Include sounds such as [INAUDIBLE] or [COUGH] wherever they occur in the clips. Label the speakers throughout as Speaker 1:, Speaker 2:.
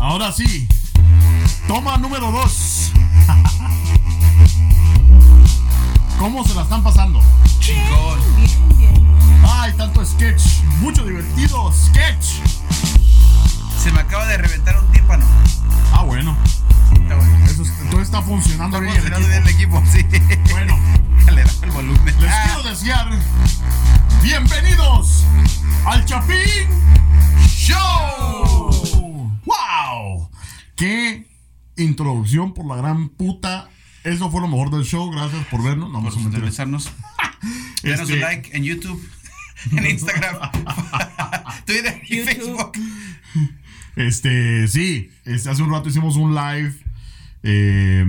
Speaker 1: Ahora sí. Toma número 2. [LAUGHS] ¿Cómo se la están pasando?
Speaker 2: Chingón.
Speaker 3: Bien, bien.
Speaker 1: Ay, tanto sketch. Mucho divertido sketch.
Speaker 2: Se me acaba de reventar un tímpano.
Speaker 1: Ah, bueno.
Speaker 2: Está bueno.
Speaker 1: Eso, es- entonces está funcionando
Speaker 2: Está
Speaker 1: bien. el
Speaker 2: funcionando bien el equipo, sí.
Speaker 1: equipo. [LAUGHS] Bueno,
Speaker 2: Le bajo el volumen.
Speaker 1: les
Speaker 2: Ah,
Speaker 1: quiero desear bienvenidos al Chapín Show. ¡Wow! ¡Qué introducción por la gran puta! Eso fue lo mejor del show. Gracias por vernos. No,
Speaker 2: Por
Speaker 1: vamos a mentir.
Speaker 2: sintonizarnos. Denos
Speaker 1: Este-
Speaker 2: un like en YouTube, [LAUGHS] en Instagram, [LAUGHS] Twitter y
Speaker 3: YouTube.
Speaker 2: Facebook.
Speaker 1: Este, sí, este, hace un rato hicimos un live. eh,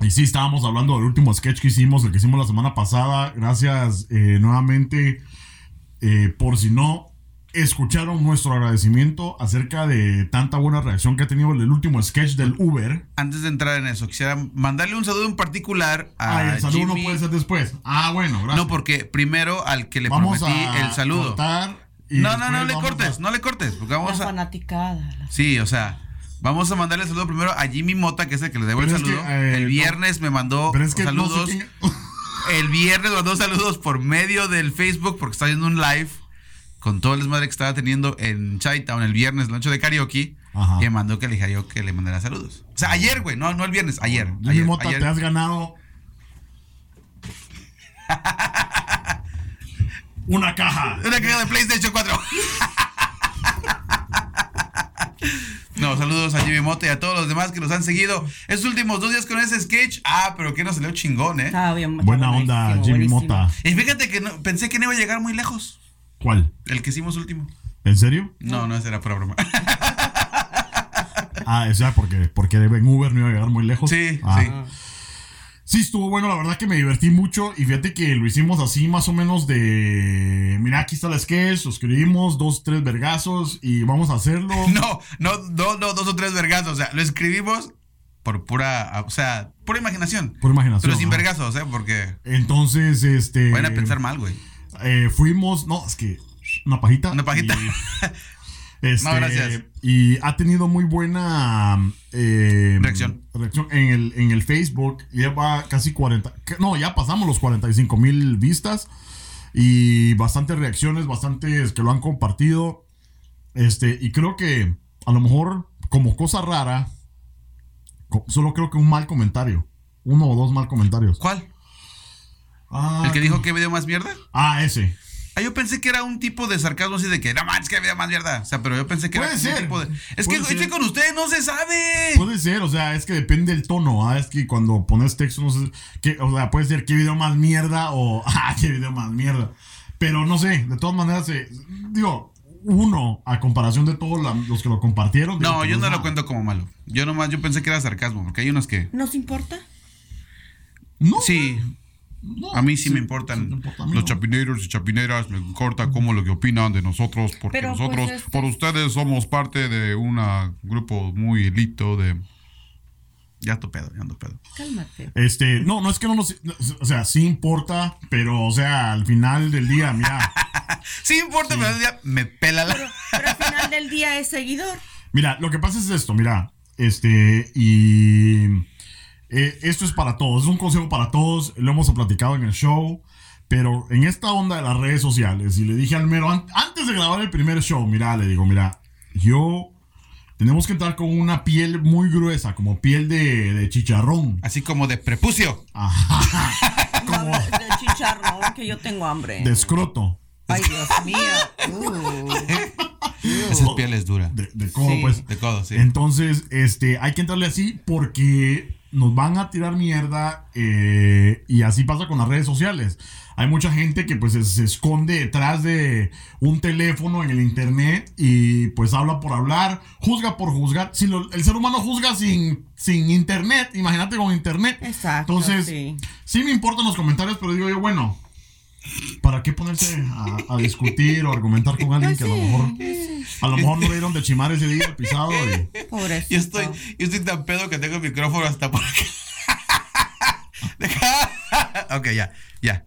Speaker 1: y sí, estábamos hablando del último sketch que hicimos, el que hicimos la semana pasada. Gracias eh, nuevamente. eh, por si no escucharon nuestro agradecimiento acerca de tanta buena reacción que ha tenido el, el último sketch del Uber.
Speaker 2: Antes de entrar en eso, quisiera mandarle un saludo en particular a
Speaker 1: Ah, el saludo no
Speaker 2: Jimmy.
Speaker 1: puede ser después. Ah, bueno, gracias.
Speaker 2: No, porque primero al que le prometí el saludo.
Speaker 1: cortar y
Speaker 2: No, no,
Speaker 1: después
Speaker 2: no le
Speaker 1: vamos a-
Speaker 2: cortes, no le cortes. Porque
Speaker 3: La
Speaker 2: vamos a.
Speaker 3: fanaticada. la-
Speaker 2: Sí, o sea, vamos a mandarle saludo primero a Jimmy Mota, que es el que le debo el
Speaker 1: Pero es que,
Speaker 2: saludo.
Speaker 1: eh,
Speaker 2: el
Speaker 1: no.
Speaker 2: viernes me mandó
Speaker 1: Pero es que no sé
Speaker 2: saludos.
Speaker 1: quién-
Speaker 2: El viernes mandó saludos por medio del Facebook porque está haciendo un live con todo el desmadre que estaba teniendo en Chinatown el viernes, noche de karaoke.
Speaker 1: Ajá.
Speaker 2: Y me mandó que le dijera yo que le mandara saludos. O sea, ayer, güey, no, no el viernes, ayer.
Speaker 1: Jimmy
Speaker 2: ayer,
Speaker 1: Mota,
Speaker 2: ayer.
Speaker 1: te has
Speaker 2: [LAUGHS]
Speaker 1: ganado. Una caja.
Speaker 2: Una caja de PlayStation 4. No, saludos a Jimmy Mota y a todos los demás que nos han seguido estos últimos dos días con ese sketch. Ah, pero que nos salió chingón, ¿eh?
Speaker 3: Estaba bien.
Speaker 1: Buena onda,
Speaker 3: buenísimo,
Speaker 1: Jimmy
Speaker 3: buenísimo.
Speaker 1: Mota.
Speaker 2: Y fíjate que no- pensé que no iba a llegar muy lejos.
Speaker 1: ¿Cuál?
Speaker 2: El que hicimos último.
Speaker 1: ¿En serio?
Speaker 2: No, no, esa era pura broma.
Speaker 1: Ah, o sea, porque, porque en Uber no iba a llegar muy lejos.
Speaker 2: Sí,
Speaker 1: Ah.
Speaker 2: sí.
Speaker 1: Sí, estuvo bueno, la verdad que me divertí mucho y fíjate que lo hicimos así más o menos de, mira, aquí está la sketch, suscribimos, dos, tres vergazos y vamos a hacerlo.
Speaker 2: [LAUGHS] No, no, no, no, dos o tres vergazos. O sea, lo escribimos por pura, o sea, pura imaginación.
Speaker 1: Por imaginación.
Speaker 2: Pero sin
Speaker 1: ajá.
Speaker 2: vergazos, ¿eh? Porque
Speaker 1: Entonces, este...
Speaker 2: van a pensar mal, güey.
Speaker 1: eh, fuimos, no, es que una pajita.
Speaker 2: Una pajita.
Speaker 1: y- Este,
Speaker 2: [LAUGHS] No, gracias.
Speaker 1: Y ha tenido muy buena eh,
Speaker 2: Reacción.
Speaker 1: reacción en, el, en el Facebook. Lleva casi 40. que- No, ya pasamos los 45 mil vistas. Y bastantes reacciones, bastantes que lo han compartido. Este, y creo que a lo mejor, como cosa rara, co- solo creo que un mal comentario. Uno o dos mal comentarios.
Speaker 2: ¿Cuál?
Speaker 1: Ah,
Speaker 2: ¿El que dijo que video más mierda?
Speaker 1: Ah, ese.
Speaker 2: Ah, yo pensé que era un tipo de sarcasmo así de que no manches que video más mierda. O sea, pero yo pensé que
Speaker 1: Puede
Speaker 2: era como un
Speaker 1: ser.
Speaker 2: tipo de. Es
Speaker 1: Puede
Speaker 2: que
Speaker 1: ser.
Speaker 2: este con ustedes no se sabe.
Speaker 1: Puede ser, o sea, es que depende del tono, ¿ah? es que cuando pones texto, no sé, qué- o sea, puede ser qué video más mierda o, [LAUGHS] ah, qué video más mierda. Pero no sé, de todas maneras, eh, digo, uno, a comparación de todos la- los que lo compartieron. digo
Speaker 2: No,
Speaker 1: que ah,
Speaker 2: yo
Speaker 1: es
Speaker 2: no lo
Speaker 1: nada.
Speaker 2: cuento como malo. Yo nomás, yo pensé que era sarcasmo, porque hay unos que.
Speaker 3: ¿Nos importa?
Speaker 1: No,
Speaker 2: Sí,
Speaker 1: no,
Speaker 2: a mí sí, me
Speaker 1: sí
Speaker 2: importan
Speaker 1: te importa, a mí
Speaker 2: los
Speaker 1: no.
Speaker 2: chapineros y chapineras, me importa cómo lo que opinan de nosotros, porque
Speaker 3: Pero,
Speaker 2: nosotros,
Speaker 3: pues, este-
Speaker 2: por ustedes, somos parte de un grupo muy elito de... Ya tu pedo, ya ando pedo.
Speaker 3: Cálmate.
Speaker 1: Este, no, no es que no nos, o sea, sí importa, pero, o sea, al final del día, mira,
Speaker 2: Sí, importa, pero un día me pela la...
Speaker 3: Pero, pero al final del día es seguidor.
Speaker 1: Mira, lo que pasa es esto, mira, este, y eh, esto es para todos, es un consejo para todos, lo hemos platicado en el show, pero en esta onda de las redes sociales, y le dije al mero, an- antes de grabar el primer show, mira, le digo, mira, yo, tenemos que entrar con una piel muy gruesa, como piel de, de chicharrón.
Speaker 2: [LAUGHS] Así como de prepucio.
Speaker 1: Ajá.
Speaker 3: No,
Speaker 1: como
Speaker 3: de chicharrón, que yo tengo hambre.
Speaker 1: de escroto.
Speaker 3: Ay, Dios mío. Uh.
Speaker 2: Esa piel es dura.
Speaker 1: De, de cómo,
Speaker 3: Sí.
Speaker 1: pues.
Speaker 2: De codo, sí.
Speaker 1: Entonces, este, hay que entrarle así porque nos van a tirar mierda eh, y así pasa con las redes sociales. Hay mucha gente que pues se, se esconde detrás de un teléfono en el internet y pues habla por hablar, juzga por juzgar. Si lo- el ser humano juzga sin, sin internet, imagínate con internet.
Speaker 3: Exacto.
Speaker 1: Entonces,
Speaker 3: sí.
Speaker 1: Sí me importan los comentarios, pero digo yo, bueno, ¿para qué ponerse a, a discutir o argumentar con alguien que a lo mejor, a lo mejor no le dieron de chimar ese día el pisado? y-
Speaker 3: Pobrecito.
Speaker 2: Yo estoy, yo estoy tan pedo que tengo el micrófono hasta por acá. [LAUGHS] Deja- [LAUGHS] ok, ya, ya.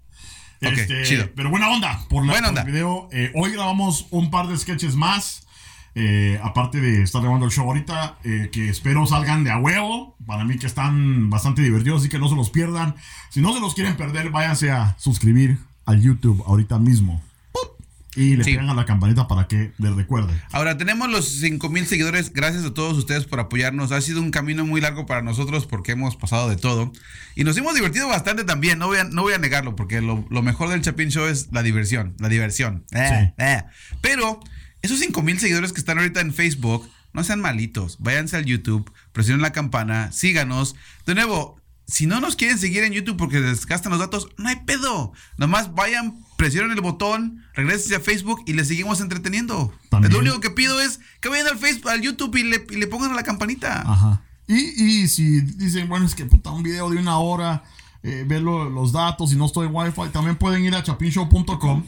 Speaker 2: Ok,
Speaker 1: Este,
Speaker 2: chido.
Speaker 1: Pero buena onda por, la,
Speaker 2: Buena
Speaker 1: por
Speaker 2: onda.
Speaker 1: el video. Eh, hoy grabamos un par de sketches más. eh, aparte de estar grabando el show ahorita, eh, que espero salgan de a huevo. Para mí que están bastante divertidos, así que no se los pierdan. Si no se los quieren perder, váyanse a suscribir al YouTube ahorita mismo. ¡Pup! Y le
Speaker 2: Sí.
Speaker 1: pegan a la campanita para que les recuerde.
Speaker 2: Ahora tenemos los 5000 seguidores. Gracias a todos ustedes por apoyarnos. Ha sido un camino muy largo para nosotros porque hemos pasado de todo. Y nos hemos divertido bastante también. No voy a, no voy a negarlo porque lo, lo mejor del Chapin Show es la diversión. La diversión. Eh, eh. Pero esos 5000 seguidores que están ahorita en Facebook, no sean malitos. Váyanse al YouTube, presionen la campana, síganos. De nuevo, si no nos quieren seguir en YouTube porque les gastan los datos, no hay pedo. Nomás vayan, presionen el botón, regresen a Facebook y les seguimos entreteniendo.
Speaker 1: También.
Speaker 2: Lo único que pido es que vayan al Facebook, al YouTube y le, y le pongan a la campanita.
Speaker 1: Ajá. Y, y si dicen, bueno, es que puta, un video de una hora, eh, ver lo- los datos y no estoy en Wi-Fi, también pueden ir a chapinshow.com.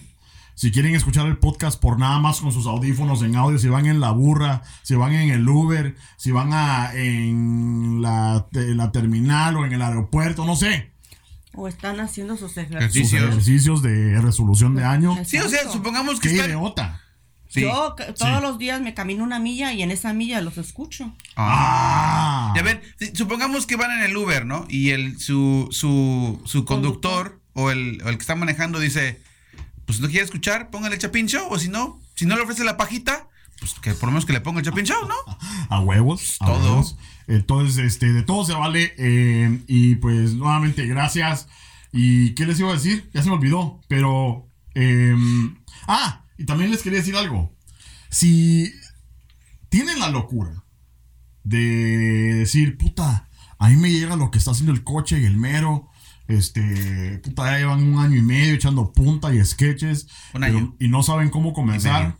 Speaker 1: Si quieren escuchar el podcast por nada más con sus audífonos en audio, si van en la burra, si van en el Uber, si van a, en la, te- la terminal o en el aeropuerto, no sé.
Speaker 3: O están haciendo sus
Speaker 2: Sí,
Speaker 3: ejercicios.
Speaker 1: Sus
Speaker 2: sí, o-
Speaker 1: ejercicios de resolución de año.
Speaker 2: Sí, o sea,
Speaker 3: Exacto.
Speaker 2: supongamos que
Speaker 1: ¡Qué
Speaker 2: están-
Speaker 1: idiota!
Speaker 2: Sí.
Speaker 3: Yo que- todos
Speaker 1: Sí.
Speaker 3: los días me camino una milla y en esa milla los escucho.
Speaker 2: Ah.
Speaker 1: ¡Ah!
Speaker 2: Ya ven, si- supongamos que van en el Uber, ¿no? Y el su, su, su conductor o el, o el que está manejando dice, pues no quiere escuchar, póngale Chapin Show, o si no, si no le ofrece la pajita, pues que por lo menos que le ponga el Chapin Show, ¿no?
Speaker 1: A huevos. a
Speaker 2: Todo.
Speaker 1: huevos. Entonces, este, de todo se vale. eh, y pues, nuevamente, gracias. ¿Y qué les iba a decir? Ya se me olvidó. Pero. eh, ah, y también les quería decir algo. Si tienen la locura de decir, puta, a mí me llega lo que está haciendo el coche y el mero. Este, puta, ya llevan un año y medio echando punta y sketches.
Speaker 2: Un año.
Speaker 1: pero- y no saben cómo comenzar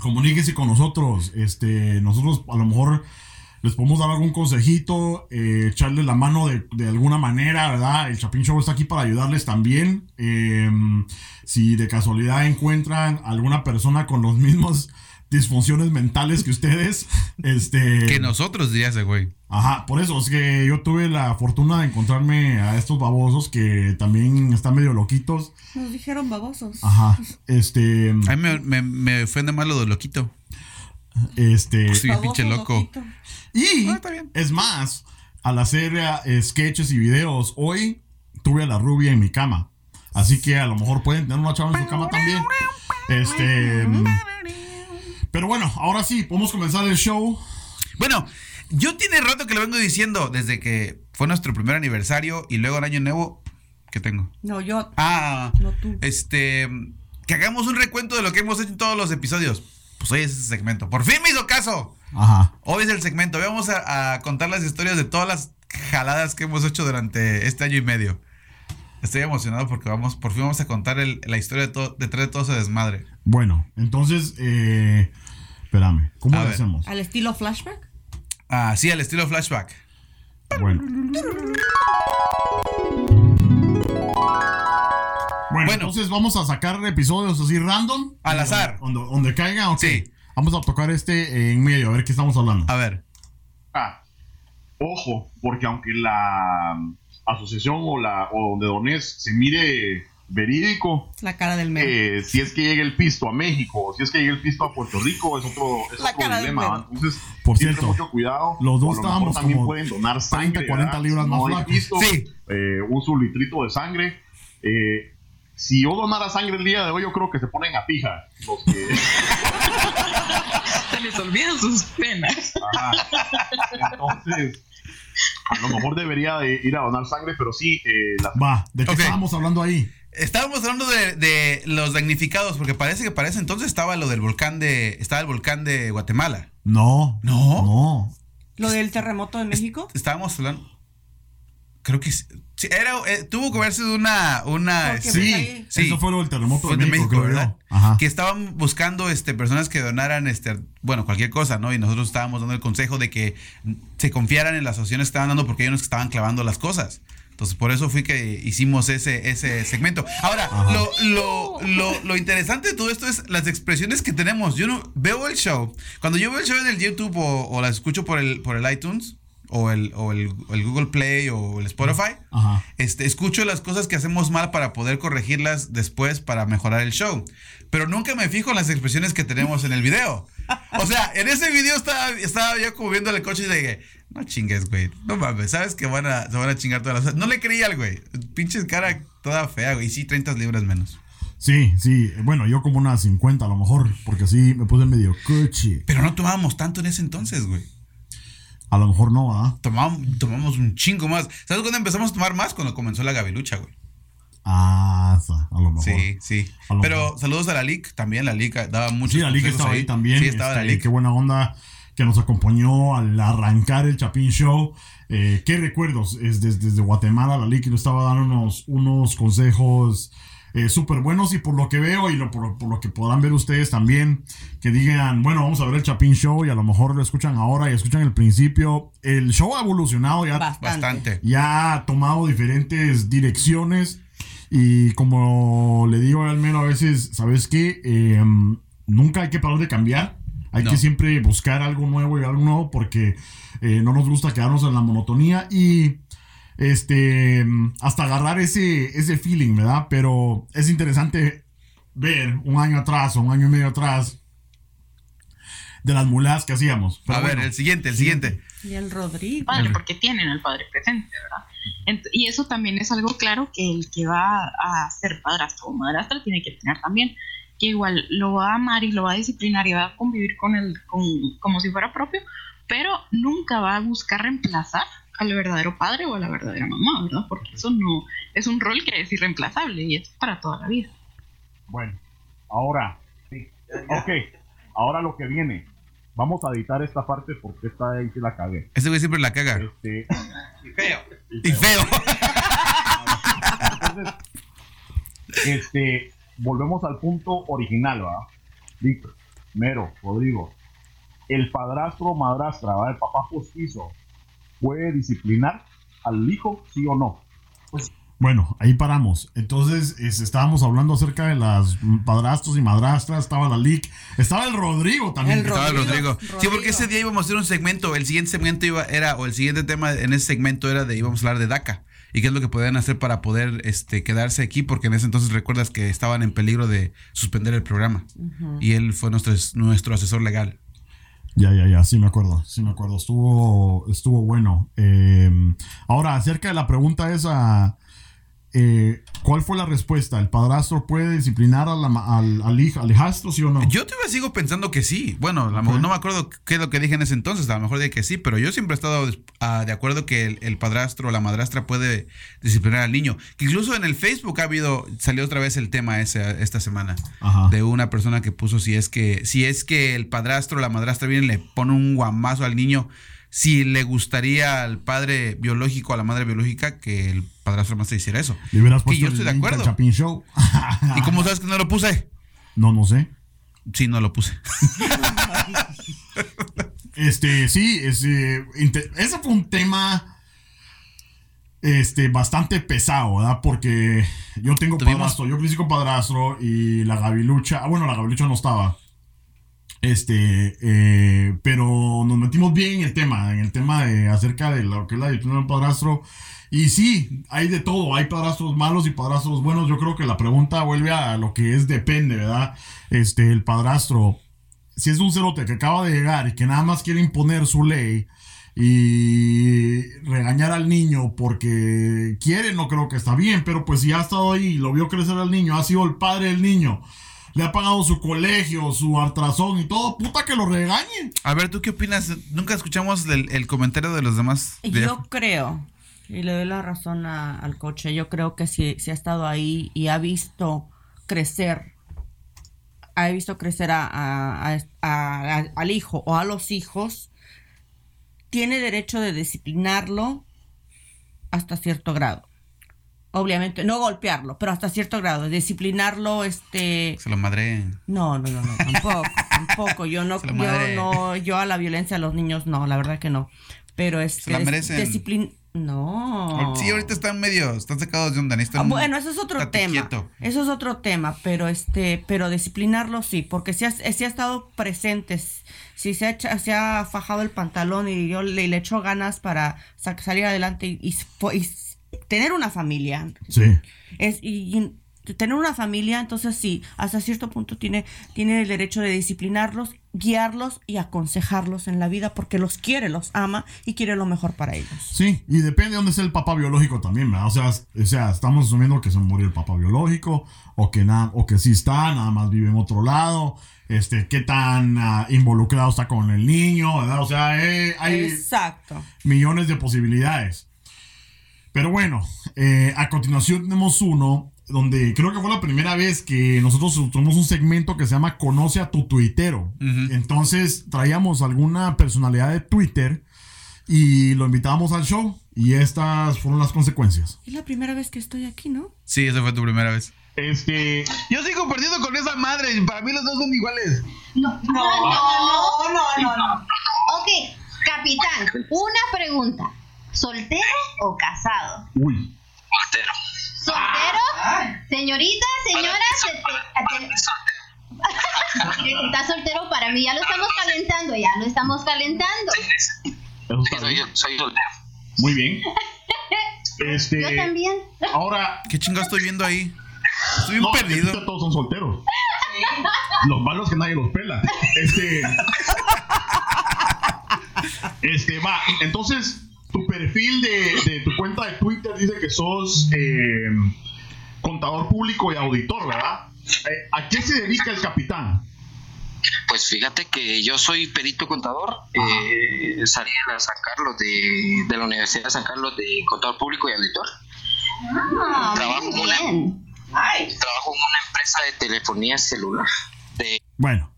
Speaker 1: comuníquese con nosotros. Este, nosotros a lo mejor les podemos dar algún consejito, eh, echarles la mano de, de alguna manera, ¿verdad? El Chapin Show está aquí para ayudarles también. Eh, si de casualidad encuentran alguna persona con los mismos disfunciones mentales que ustedes, [LAUGHS] este...
Speaker 2: Que nosotros diría ese güey.
Speaker 1: Ajá, por eso es que yo tuve la fortuna de encontrarme a estos babosos que también están medio loquitos.
Speaker 3: Nos dijeron babosos.
Speaker 1: Ajá, este...
Speaker 2: A mí me, me, me ofende más lo de loquito.
Speaker 1: Este...
Speaker 2: Sí,
Speaker 3: Baboso,
Speaker 2: pinche loco.
Speaker 3: loquito.
Speaker 1: Y
Speaker 2: Ah, está bien.
Speaker 1: es más, al hacer eh, sketches y videos, hoy tuve a la rubia en mi cama. Así que a lo mejor pueden tener una chava en su cama también. Este. mm, Pero bueno, ahora sí, podemos comenzar el show.
Speaker 2: Bueno, yo tiene rato que lo vengo diciendo, desde que fue nuestro primer aniversario y luego el año nuevo, que tengo.
Speaker 3: No, yo.
Speaker 2: Ah,
Speaker 3: No tú.
Speaker 2: Este, que hagamos un recuento de lo que hemos hecho en todos los episodios. Pues hoy es ese segmento. Por fin me hizo caso.
Speaker 1: Ajá.
Speaker 2: Hoy es el segmento. Hoy Vamos a, a contar las historias de todas las jaladas que hemos hecho durante este año y medio. Estoy emocionado porque vamos, por fin vamos a contar el- la historia de todo, detrás de todo ese desmadre.
Speaker 1: Bueno, entonces, eh, espérame, ¿cómo
Speaker 2: A
Speaker 1: lo
Speaker 2: ver.
Speaker 1: hacemos?
Speaker 3: Al estilo flashback.
Speaker 2: Ah, sí, al estilo flashback.
Speaker 1: Bueno. Bueno,
Speaker 2: Bueno.
Speaker 1: entonces vamos a sacar episodios así random.
Speaker 2: Al azar.
Speaker 1: Donde, donde caiga, ok.
Speaker 2: Sí.
Speaker 1: Vamos a tocar este en medio, a ver qué estamos hablando.
Speaker 2: A ver.
Speaker 1: Ah, ojo, porque aunque la asociación o la o donde Donés se mire verídico,
Speaker 3: La cara del mero.
Speaker 1: eh, si es que llega el pisto a México, o si es que llega el pisto a Puerto Rico, es otro, es
Speaker 3: La
Speaker 1: otro
Speaker 3: cara del
Speaker 1: dilema.
Speaker 3: güero.
Speaker 1: Entonces,
Speaker 4: Por
Speaker 1: siempre
Speaker 4: cierto,
Speaker 1: mucho cuidado.
Speaker 4: los dos
Speaker 1: A lo mejor
Speaker 4: estábamos
Speaker 1: también
Speaker 4: como
Speaker 1: pueden donar sangre,
Speaker 4: 30, 40
Speaker 1: ¿verdad?
Speaker 4: libras
Speaker 1: Si
Speaker 4: más
Speaker 1: no hay
Speaker 4: flacos.
Speaker 1: pisto,
Speaker 2: Sí.
Speaker 1: eh, un sulitrito de sangre. Eh, si yo donara sangre el día de hoy, yo creo que se ponen a pija. Los que,
Speaker 5: Se les olvidan sus penas.
Speaker 1: Ajá. Entonces, a lo mejor debería de ir a donar sangre, pero sí, eh, la-
Speaker 4: Va, ¿de qué
Speaker 2: Ok.
Speaker 4: estábamos hablando ahí?
Speaker 2: Estábamos hablando de, de los damnificados, porque parece que para ese entonces estaba lo del volcán de. Estaba el volcán de Guatemala.
Speaker 4: No,
Speaker 2: No.
Speaker 4: no.
Speaker 3: Lo del terremoto de México.
Speaker 2: Estábamos hablando. Creo que sí. Sí, era, eh, tuvo que haber sido una. una
Speaker 3: Porque
Speaker 2: sí,
Speaker 3: pues ahí-
Speaker 2: sí.
Speaker 4: Eso fue lo del terremoto
Speaker 2: Fue
Speaker 4: de México, creo yo.
Speaker 2: ¿verdad?
Speaker 4: Ajá.
Speaker 2: Que estaban buscando este, personas que donaran, este, bueno, cualquier cosa, ¿no? Y nosotros estábamos dando el consejo de que se confiaran en las opciones que estaban dando porque ellos nos estaban clavando las cosas. Entonces, por eso fue que hicimos ese, ese segmento. Ahora, lo, lo, lo- lo interesante de todo esto es las expresiones que tenemos. Yo no veo el show. Cuando yo veo el show en el YouTube o, o las escucho por el, por el iTunes o el, o el, o el Google Play o el Spotify,
Speaker 1: Ajá.
Speaker 2: este, escucho las cosas que hacemos mal para poder corregirlas después para mejorar el show. Pero nunca me fijo en las expresiones que tenemos en el video. O sea, en ese video estaba, estaba yo como viendo el coche y dije, no chingues, güey. No mames, sabes que van a, se van a chingar todas las... No le creí al güey. Pinche cara toda fea, güey. Y sí, 30 libras menos.
Speaker 1: Sí, sí. Bueno, yo como unas 50 a lo mejor, porque sí me puse medio cuchi.
Speaker 2: Pero no tomábamos tanto en ese entonces, güey.
Speaker 1: A lo mejor no, ¿ah?
Speaker 2: Tomamos, tomamos un chingo más. ¿Sabes cuándo empezamos a tomar más? Cuando comenzó la gavilucha, güey.
Speaker 1: Ah, sa- a lo mejor.
Speaker 2: Sí, sí.
Speaker 1: A lo
Speaker 2: Pero
Speaker 1: mejor.
Speaker 2: saludos a la LIC también. La LIC daba muchos
Speaker 1: Sí, la Liga
Speaker 2: consejos
Speaker 1: estaba ahí, también.
Speaker 2: Sí, estaba
Speaker 1: Este,
Speaker 2: la LIC.
Speaker 1: Qué buena onda que nos acompañó al arrancar el Chapín Show. Eh, qué recuerdos. Es des- desde, Guatemala la Liga nos estaba dando unos, unos consejos eh, súper buenos y por lo que veo y lo- por, por lo que podrán ver ustedes también, que digan, bueno, vamos a ver el Chapín Show y a lo mejor lo escuchan ahora y escuchan el principio. El show ha evolucionado ya
Speaker 2: Bastante.
Speaker 1: ya ha tomado diferentes direcciones y como le digo al menos a veces, ¿sabes qué? Eh, nunca hay que parar de cambiar. Hay
Speaker 2: No.
Speaker 1: que siempre buscar algo nuevo y algo nuevo porque eh, no nos gusta quedarnos en la monotonía y este hasta agarrar ese, ese feeling, ¿verdad? Pero es interesante ver un año atrás o un año y medio atrás de las mulas que hacíamos. Pero
Speaker 2: A ver,
Speaker 1: bueno.
Speaker 2: el siguiente, el
Speaker 1: siguiente.
Speaker 2: siguiente.
Speaker 3: Y el Rodrigo.
Speaker 5: Padre, porque tienen al padre presente, ¿verdad? Ent- y eso también es algo claro que el que va a ser padrastro o madrastra tiene que tener también, que igual lo va a amar y lo va a disciplinar y va a convivir con él con, como si fuera propio, pero nunca va a buscar reemplazar al verdadero padre o a la verdadera mamá, ¿verdad? Porque eso no es un rol que es irreemplazable y es para toda la vida.
Speaker 1: Bueno, ahora, sí. Ok, ahora lo que viene. Vamos a editar esta parte porque esta ahí sí la cagué.
Speaker 2: Ese güey siempre la caga.
Speaker 1: Este,
Speaker 2: Y feo.
Speaker 1: entonces, este, volvemos al punto original, ¿verdad? Listo. Mero, Rodrigo. El padrastro o madrastra, ¿verdad? El papá postizo, ¿puede disciplinar al hijo, sí o no? Pues, Bueno, ahí paramos. Entonces es- estábamos hablando acerca de las padrastros y madrastras. Estaba la LIC. Estaba el Rodrigo también.
Speaker 3: El
Speaker 1: que
Speaker 3: Ro-
Speaker 2: Estaba
Speaker 3: Rodrigo,
Speaker 2: Rodrigo. Sí, porque
Speaker 3: Rodrigo.
Speaker 2: ese día íbamos a hacer un segmento. El siguiente segmento iba, era, o el siguiente tema en ese segmento era de íbamos a hablar de DACA. Y qué es lo que podían hacer para poder este, quedarse aquí, porque en ese entonces recuerdas que estaban en peligro de suspender el programa. Y él fue nuestro, nuestro asesor legal.
Speaker 1: Ya, ya, ya, sí me acuerdo, sí me acuerdo, estuvo, estuvo bueno. Eh, ahora, acerca de la pregunta esa, eh, ¿cuál fue la respuesta? ¿El padrastro puede disciplinar a la ma- al, al, hij- al hijastro, sí o no?
Speaker 2: Yo todavía sigo pensando que sí. Bueno, a lo mejor
Speaker 1: Ok.
Speaker 2: no me acuerdo qué es lo que dije en ese entonces, a lo mejor dije que sí, pero yo siempre he estado des- ah, de acuerdo que el, el padrastro o la madrastra puede disciplinar al niño. Que incluso en el Facebook ha habido, salió otra vez el tema ese, esta semana
Speaker 1: Ajá.
Speaker 2: de una persona que puso si es que, si es que el padrastro o la madrastra viene y le pone un guamazo al niño, si le gustaría al padre biológico o a la madre biológica que el padrastro más se hiciera eso.
Speaker 1: Le hubieras
Speaker 2: que
Speaker 1: puesto
Speaker 2: yo
Speaker 1: el
Speaker 2: estoy de
Speaker 1: link al
Speaker 2: acuerdo.
Speaker 1: Chapin Show. [LAUGHS]
Speaker 2: ¿Y cómo sabes que no lo puse?
Speaker 1: no, no sé.
Speaker 2: Sí, no lo puse.
Speaker 1: Este, sí, ese, inte- ese fue un tema este, bastante pesado, ¿verdad? Porque yo tengo
Speaker 2: Tuvimos-
Speaker 1: padrastro, yo crecí con padrastro y la gavilucha, ah, bueno, la gavilucha no estaba. Este, eh, pero nos metimos bien en el tema, en el tema de acerca de lo que es la disciplina del padrastro. Y sí, hay de todo, hay padrastros malos y padrastros buenos. Yo creo que la pregunta vuelve a lo que es depende, ¿verdad? Este, el padrastro, si es un cerote que acaba de llegar y que nada más quiere imponer su ley y regañar al niño porque quiere, no creo que está bien, pero pues si ha estado ahí y lo vio crecer al niño, ha sido el padre del niño, le ha pagado su colegio, su artrazón y todo, puta que lo regañe.
Speaker 2: A ver, ¿tú qué opinas? Nunca escuchamos el, el comentario de los demás. De-
Speaker 3: Yo creo, y le doy la razón a- al coche, yo creo que si, si ha estado ahí y ha visto crecer, ha visto crecer a, a- a- a- a- al hijo o a los hijos, tiene derecho de disciplinarlo hasta cierto grado. Obviamente, no golpearlo, pero hasta cierto grado, disciplinarlo, este...
Speaker 2: Se lo madre.
Speaker 3: No, no, no, no,
Speaker 2: [LAUGHS]
Speaker 3: tampoco, tampoco. Yo no,
Speaker 2: Se la madre.
Speaker 3: yo no, yo a la violencia a los niños no, la verdad que no. Pero es
Speaker 2: Se
Speaker 3: que
Speaker 2: la merecen.
Speaker 3: disciplin- No.
Speaker 2: Sí, ahorita están medio, están sacados de onda.
Speaker 3: Ah,
Speaker 2: necesitan un-
Speaker 3: bueno, eso es otro
Speaker 2: estate
Speaker 3: tema.
Speaker 2: quieto.
Speaker 3: Eso es otro tema, pero este, pero disciplinarlo sí, porque si ha, si ha estado presente, si se ha, echa- se ha fajado el pantalón y yo le, le echo ganas para sa- salir adelante y, y s- po- y s- tener una familia.
Speaker 1: Sí.
Speaker 3: Es, y, y tener una familia, entonces sí, hasta cierto punto tiene, tiene el derecho de disciplinarlos, guiarlos y aconsejarlos en la vida porque los quiere, los ama y quiere lo mejor para ellos.
Speaker 1: Sí, y depende de dónde sea el papá biológico también, ¿verdad? O sea, es- o sea, estamos asumiendo que se murió el papá biológico, o que, nada, o que sí está, nada más vive en otro lado, este, qué tan ah, involucrado está con el niño, ¿verdad? O sea, eh, hay
Speaker 3: Exacto.
Speaker 1: millones de posibilidades. Pero bueno, eh, a continuación tenemos uno donde creo que fue la primera vez que nosotros tuvimos un segmento que se llama Conoce a tu tuitero. Entonces traíamos alguna personalidad de Twitter y lo invitábamos al show y estas fueron las consecuencias.
Speaker 3: Es la primera vez que estoy aquí, ¿no?
Speaker 2: Sí, esa fue tu primera vez.
Speaker 1: Este,
Speaker 2: Yo sigo perdiendo con esa madre. Para mí los dos son iguales.
Speaker 5: No, no,
Speaker 4: Ah, No, no, no, no. Ok, capitán, una pregunta. ¿Soltero o casado?
Speaker 1: uy,
Speaker 6: Soltero.
Speaker 4: ¿Soltero? Ah. Señorita, señora, se te- a te- [LAUGHS]
Speaker 6: Soltero.
Speaker 4: está soltero para mí. Ya lo estamos calentando, ya lo estamos calentando.
Speaker 1: eso
Speaker 6: Sí,
Speaker 1: está
Speaker 6: soy,
Speaker 1: bien.
Speaker 6: yo- soy soltero.
Speaker 4: [LAUGHS]
Speaker 1: Muy bien.
Speaker 4: Yo
Speaker 1: Este,
Speaker 4: también.
Speaker 1: ahora
Speaker 2: ¿Qué chingados estoy viendo ahí? Estoy bien
Speaker 1: No, ahorita
Speaker 2: perdido.
Speaker 1: todos son solteros. Los malos que nadie los pela. Este. este, va. Entonces, tu perfil de, de tu cuenta de Twitter dice que sos eh, contador público y auditor, ¿verdad? Eh, ¿A qué se dedica el capitán?
Speaker 6: Pues fíjate que yo soy perito contador. Eh, salí de la San Carlos de, de la Universidad de San Carlos de Contador Público y Auditor.
Speaker 4: Ah,
Speaker 6: Trabajo
Speaker 4: muy
Speaker 6: con la-
Speaker 4: bien.
Speaker 6: Trabajo en una empresa de telefonía celular. De,
Speaker 1: Bueno,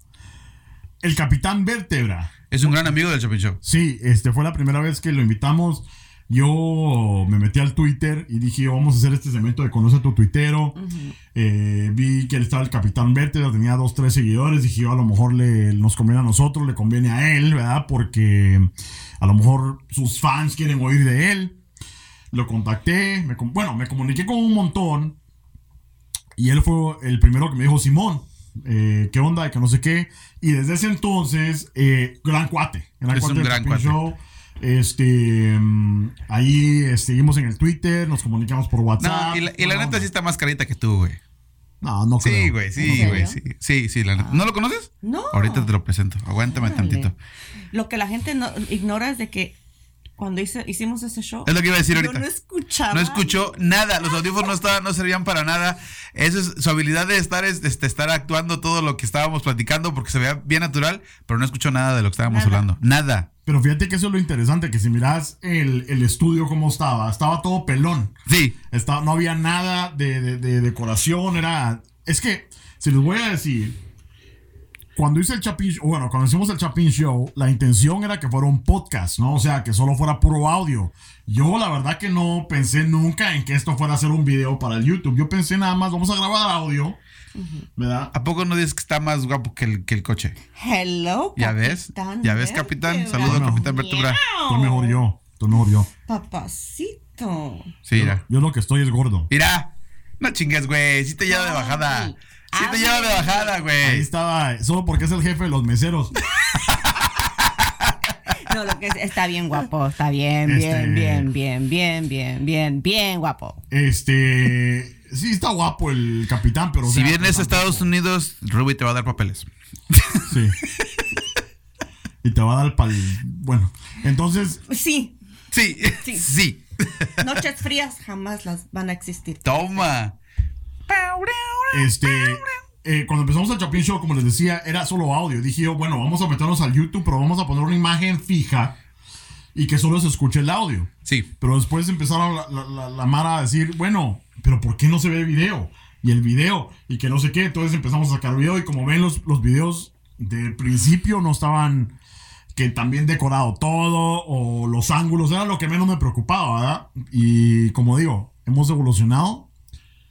Speaker 1: el capitán Vértebra.
Speaker 2: Es un gran amigo del Chapin Show.
Speaker 1: Sí, este fue la primera vez que lo invitamos. Yo me metí al Twitter y dije, vamos a hacer este segmento de Conoce a tu tuitero. Eh, vi que él estaba el Capitán Vértebra, tenía dos, tres seguidores. Dije, yo, a lo mejor le, nos conviene a nosotros, le conviene a él, ¿verdad? Porque a lo mejor sus fans quieren oír de él. Lo contacté, me com- bueno, me comuniqué con un montón. Y él fue el primero que me dijo, Simón, eh, ¿qué onda? Y que no sé qué. Y desde ese entonces, eh, gran cuate. Gran
Speaker 2: Es un
Speaker 1: del
Speaker 2: gran
Speaker 1: Chapin
Speaker 2: cuate.
Speaker 1: Show. Este, mm, ahí eh, seguimos en el Twitter, nos comunicamos por WhatsApp.
Speaker 2: No, y la, y la
Speaker 1: Buena
Speaker 2: neta
Speaker 1: onda.
Speaker 2: sí está más carita que tú, güey.
Speaker 1: No, no creo.
Speaker 2: Sí, güey, sí,
Speaker 3: ¿En
Speaker 2: güey, sí.
Speaker 3: serio?
Speaker 2: Sí, sí, la neta. ¿No lo conoces?
Speaker 3: No.
Speaker 2: Ahorita te lo presento. Aguántame
Speaker 3: Órale.
Speaker 2: tantito.
Speaker 3: Lo que la gente no, ignora es de que cuando hice- hicimos ese show.
Speaker 2: Es lo que iba a decir
Speaker 3: yo
Speaker 2: ahorita.
Speaker 3: No escuchaba.
Speaker 2: No escuchó nada, los audífonos no, estaban, no servían para nada. Eso es, su habilidad de estar es este, estar actuando todo lo que estábamos platicando porque se veía bien natural, pero no escuchó nada de lo que estábamos
Speaker 3: Nada.
Speaker 2: hablando. Nada.
Speaker 1: Pero fíjate que eso es lo interesante, que si miras el, el estudio como estaba, estaba todo pelón.
Speaker 2: Sí,
Speaker 1: Estaba, no había nada de, de- de decoración, era... Es que, si les voy a decir, cuando hice el Chapin Show, bueno, cuando hicimos el Chapin Show, la intención era que fuera un podcast, ¿no? O sea, que solo fuera puro audio. Yo la verdad que no pensé nunca en que esto fuera a ser un video para el YouTube. Yo pensé nada más, vamos a grabar audio, ¿verdad?
Speaker 2: ¿a poco no dices que está más guapo que el, que el coche?
Speaker 3: Hello.
Speaker 2: ¿Ya ves?
Speaker 3: Capitán
Speaker 2: ¿Ya ves, capitán?
Speaker 3: Vértebra.
Speaker 2: Saludos,
Speaker 1: No.
Speaker 2: capitán Vertebra.
Speaker 1: Estoy mejor yo, estoy mejor yo.
Speaker 3: Papacito.
Speaker 2: Sí, mira.
Speaker 1: Yo lo que estoy es gordo.
Speaker 2: Mira, no chingues, güey. Sí te lleva de bajada.
Speaker 3: Ay.
Speaker 2: Sí te
Speaker 3: Ay.
Speaker 2: lleva de bajada,
Speaker 1: Ahí
Speaker 2: güey.
Speaker 1: estaba, solo porque es el jefe de los meseros.
Speaker 2: [LAUGHS]
Speaker 3: No, lo que es- está bien guapo. Está bien,
Speaker 1: Este-
Speaker 3: bien, bien, bien, bien, bien, bien, bien guapo.
Speaker 1: Este. Sí, está guapo el capitán, pero. o
Speaker 2: Si
Speaker 1: sea,
Speaker 2: vienes a
Speaker 1: tampoco-
Speaker 2: Estados Unidos, Ruby te va a dar papeles.
Speaker 1: Sí. Y te va a dar pal. Bueno, entonces.
Speaker 3: Sí.
Speaker 2: Sí, [LAUGHS] sí.
Speaker 3: Sí. Noches frías jamás las van a
Speaker 2: [LAUGHS]
Speaker 3: existir.
Speaker 2: Toma.
Speaker 1: Este. eh, cuando empezamos el Chapin Show, como les decía, era solo audio. Dije yo, bueno, vamos a meternos al YouTube, pero vamos a poner una imagen fija y que solo se escuche el audio.
Speaker 2: Sí.
Speaker 1: Pero después empezaron la, la, la- la Mara a decir, bueno, pero ¿por qué no se ve video? Y el video, y que no sé qué. Entonces empezamos a sacar video y como ven los, los videos del principio no estaban que también decorado todo o los ángulos, era lo que menos me preocupaba, ¿verdad? Y como digo, hemos evolucionado,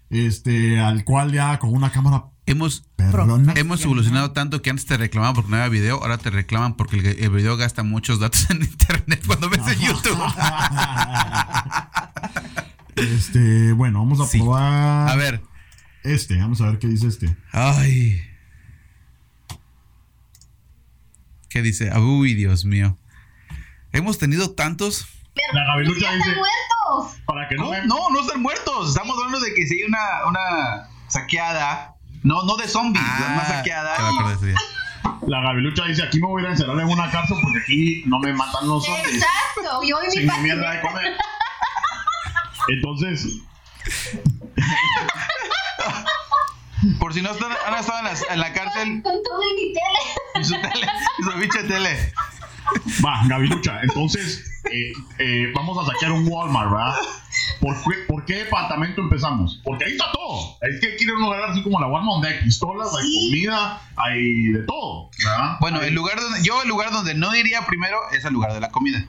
Speaker 1: este, al cual ya con una cámara...
Speaker 2: Hemos,
Speaker 1: Perdona.
Speaker 2: hemos evolucionado tanto que antes te reclamaban porque no había video, ahora te reclaman porque el, el video gasta muchos datos en internet [LAUGHS] cuando ves en YouTube.
Speaker 1: Este, bueno, vamos a
Speaker 2: Sí.
Speaker 1: probar.
Speaker 2: A ver.
Speaker 1: Este, vamos a ver qué dice este.
Speaker 2: Ay. ¿Qué dice? Uy, Dios mío. Hemos tenido tantos.
Speaker 7: La
Speaker 4: ¡Ya
Speaker 7: gavilucha dice,
Speaker 4: están muertos!
Speaker 7: para que no...
Speaker 8: No,
Speaker 7: me-
Speaker 8: no, no están muertos. Estamos hablando de que si hay una, una saqueada. No, no de zombies, una saqueada.
Speaker 2: Ah, ya me acordé de ese día.
Speaker 7: La gavilucha dice, aquí me voy a ir a encerrar en una cárcel porque aquí no me matan los zombies.
Speaker 4: Exacto, yo y
Speaker 7: Sin
Speaker 4: mi
Speaker 7: mi mierda de
Speaker 4: patineta.
Speaker 7: comer. Entonces,
Speaker 8: Por si no están, han estado en la, en la
Speaker 4: Con
Speaker 8: cárcel,
Speaker 4: todo en mi tele.
Speaker 8: en su tele, en su biche tele.
Speaker 7: va, gavilucha. Entonces, eh, eh, vamos a saquear un Walmart, ¿verdad? ¿Por qué, por qué departamento empezamos? Porque ahí está todo. Es que quieren un lugar así como la Walmart donde hay pistolas, hay comida, hay de todo, ¿verdad?
Speaker 8: Bueno, el lugar donde, yo el lugar donde no iría primero es el lugar de la comida.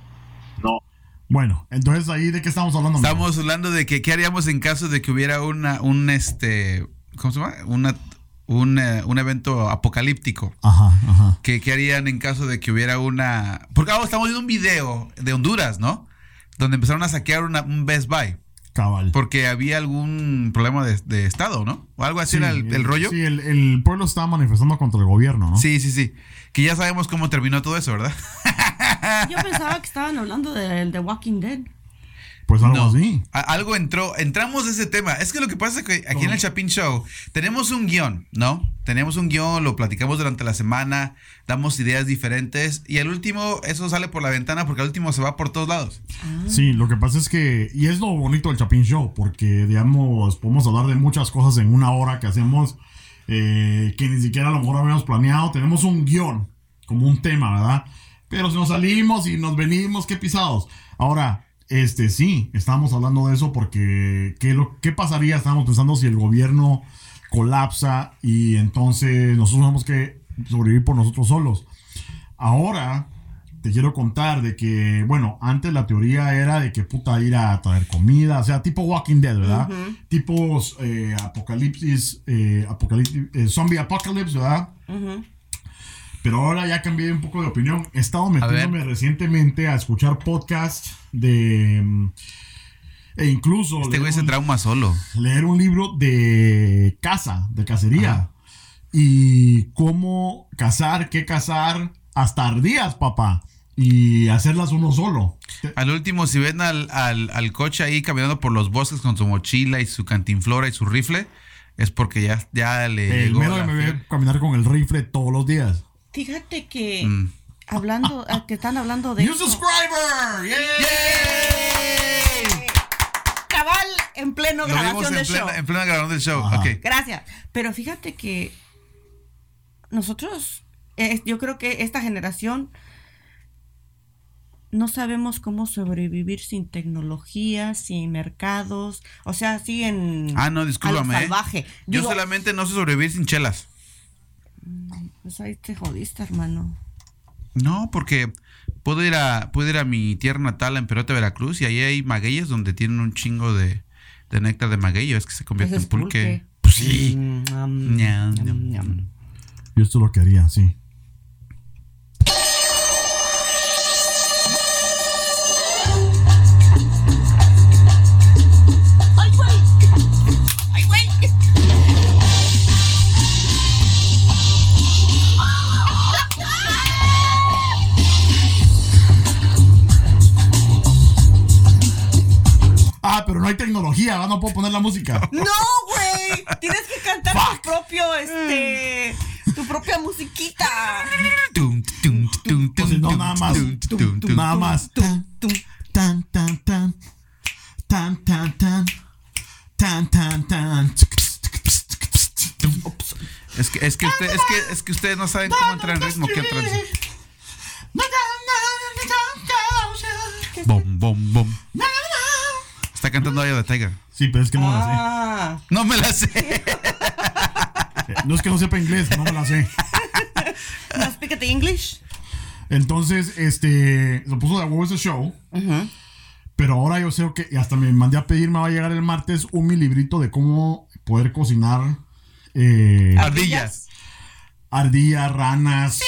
Speaker 7: No.
Speaker 1: Bueno, entonces ahí de qué estamos hablando. amigo?
Speaker 2: Estamos hablando de que qué haríamos en caso de que hubiera una, un este, ¿cómo se llama? Una, un, eh, un evento apocalíptico.
Speaker 1: Ajá, ajá.
Speaker 2: ¿Qué, qué harían en caso de que hubiera una... Porque ahora estamos viendo un video de Honduras, ¿no? Donde empezaron a saquear una- un Best Buy.
Speaker 1: Cabal.
Speaker 2: Porque había algún problema de, de Estado, ¿no? O algo así
Speaker 1: Sí, eh,
Speaker 2: era el, el rollo.
Speaker 1: Sí, el, el pueblo estaba manifestando contra el gobierno, ¿no?
Speaker 2: Sí, sí, sí. Que ya sabemos cómo terminó todo eso, ¿verdad?
Speaker 3: Yo pensaba que estaban hablando del de Walking Dead.
Speaker 1: Pues algo
Speaker 2: No.
Speaker 1: así.
Speaker 2: A- algo entró, entramos a ese tema. Es que lo que pasa es que aquí en el Chapin Show tenemos un guión, ¿no? Tenemos un guión, lo platicamos durante la semana, damos ideas diferentes y al último eso sale por la ventana porque al último se va por todos lados.
Speaker 1: Sí, lo que pasa es que, y es lo bonito del Chapin Show, porque, digamos, podemos hablar de muchas cosas en una hora que hacemos eh, que ni siquiera a lo mejor habíamos planeado. Tenemos un guión, como un tema, ¿verdad? Pero si nos salimos y nos venimos, qué pisados. Ahora, este sí, estábamos hablando de eso porque, ¿qué, lo, qué pasaría? Estábamos pensando si el gobierno colapsa y entonces nosotros tenemos que sobrevivir por nosotros solos. Ahora te quiero contar de que, bueno, antes la teoría era de que puta ir a traer comida, o sea, tipo Walking Dead, ¿verdad? Tipos eh, apocalipsis, eh, apocalipsis eh, zombie apocalypse, ¿verdad?
Speaker 3: Ujú.
Speaker 1: Pero ahora ya cambié un poco de opinión. He estado
Speaker 2: ver.
Speaker 1: metiéndome recientemente a escuchar podcasts de... mm, E incluso...
Speaker 2: Este
Speaker 1: leer
Speaker 2: güey se
Speaker 1: un-
Speaker 2: trauma solo.
Speaker 1: leer un libro de caza, de cacería.
Speaker 2: Ajá.
Speaker 1: Y cómo cazar, qué cazar, hasta ardías, papá. Y hacerlas uno solo. Te-
Speaker 2: Al último, si ven al, al- al coche ahí caminando por los bosques con su mochila y su cantinflora y su rifle, es porque ya, ya le
Speaker 1: El
Speaker 2: llegó
Speaker 1: mero
Speaker 2: la
Speaker 1: que me ve
Speaker 2: fiebre.
Speaker 1: caminar con el rifle todos los días.
Speaker 3: Fíjate que
Speaker 2: Mm.
Speaker 3: hablando, ah, que están hablando de
Speaker 1: ¡New
Speaker 3: eso.
Speaker 1: subscriber! ¡Yay!
Speaker 3: Cabal en pleno
Speaker 2: Lo vimos
Speaker 3: grabación
Speaker 2: en
Speaker 3: de show.
Speaker 2: plena, en plena grabación del show.
Speaker 1: Ajá.
Speaker 2: Ok.
Speaker 3: Gracias. Pero fíjate que nosotros, eh, yo creo que esta generación no sabemos cómo sobrevivir sin tecnología, sin mercados, o sea, así en
Speaker 2: Ah, no,
Speaker 3: a
Speaker 2: discúlpame.
Speaker 3: lo
Speaker 2: ¿eh?
Speaker 3: salvaje.
Speaker 2: Yo
Speaker 3: Digo,
Speaker 2: solamente no sé sobrevivir sin chelas.
Speaker 3: pues ahí te jodiste, hermano.
Speaker 2: No, porque puedo ir a, puedo ir a mi tierra natal, en Perote, Veracruz, y ahí hay magueyes donde tienen un chingo de, de néctar de maguey. Es que se convierte
Speaker 3: Ese es
Speaker 2: en pulque.
Speaker 3: pulque.
Speaker 2: Pues sí.
Speaker 3: Mm, am, ñam,
Speaker 2: Ñam, ñam,
Speaker 3: ñam.
Speaker 2: ñam.
Speaker 1: Yo esto lo quería, sí. Ah, pero no hay tecnología, ¿verdad? no puedo poner la música.
Speaker 3: No, güey. Tienes que cantar tu propio, este,
Speaker 2: Mm.
Speaker 3: tu propia musiquita.
Speaker 2: Tum, tum, tum,
Speaker 1: Pues si
Speaker 2: tum,
Speaker 1: no,
Speaker 2: tum,
Speaker 1: nada más.
Speaker 2: tum, tum, tum.
Speaker 1: Nada más. Tan, tan, tan, tan. Tan, tan, tan. Tan, tan, tan.
Speaker 2: Es que, es que usted- es que, es que ustedes no saben cómo entrar en ritmo. ¿Qué entran? Bom, bom, bom. Está cantando Aya de Tiger.
Speaker 1: Sí, pero es que no me la
Speaker 3: Ah,
Speaker 2: No me la sé.
Speaker 1: sé. No es que no sepa inglés, no me la sé.
Speaker 3: no speak the English.
Speaker 1: Entonces, este, lo puso de huevo ese show. Pero ahora yo sé que y hasta me mandé a pedir, me va a llegar el martes un mi librito de cómo poder cocinar eh,
Speaker 2: Ardillas.
Speaker 1: ardillas, ranas,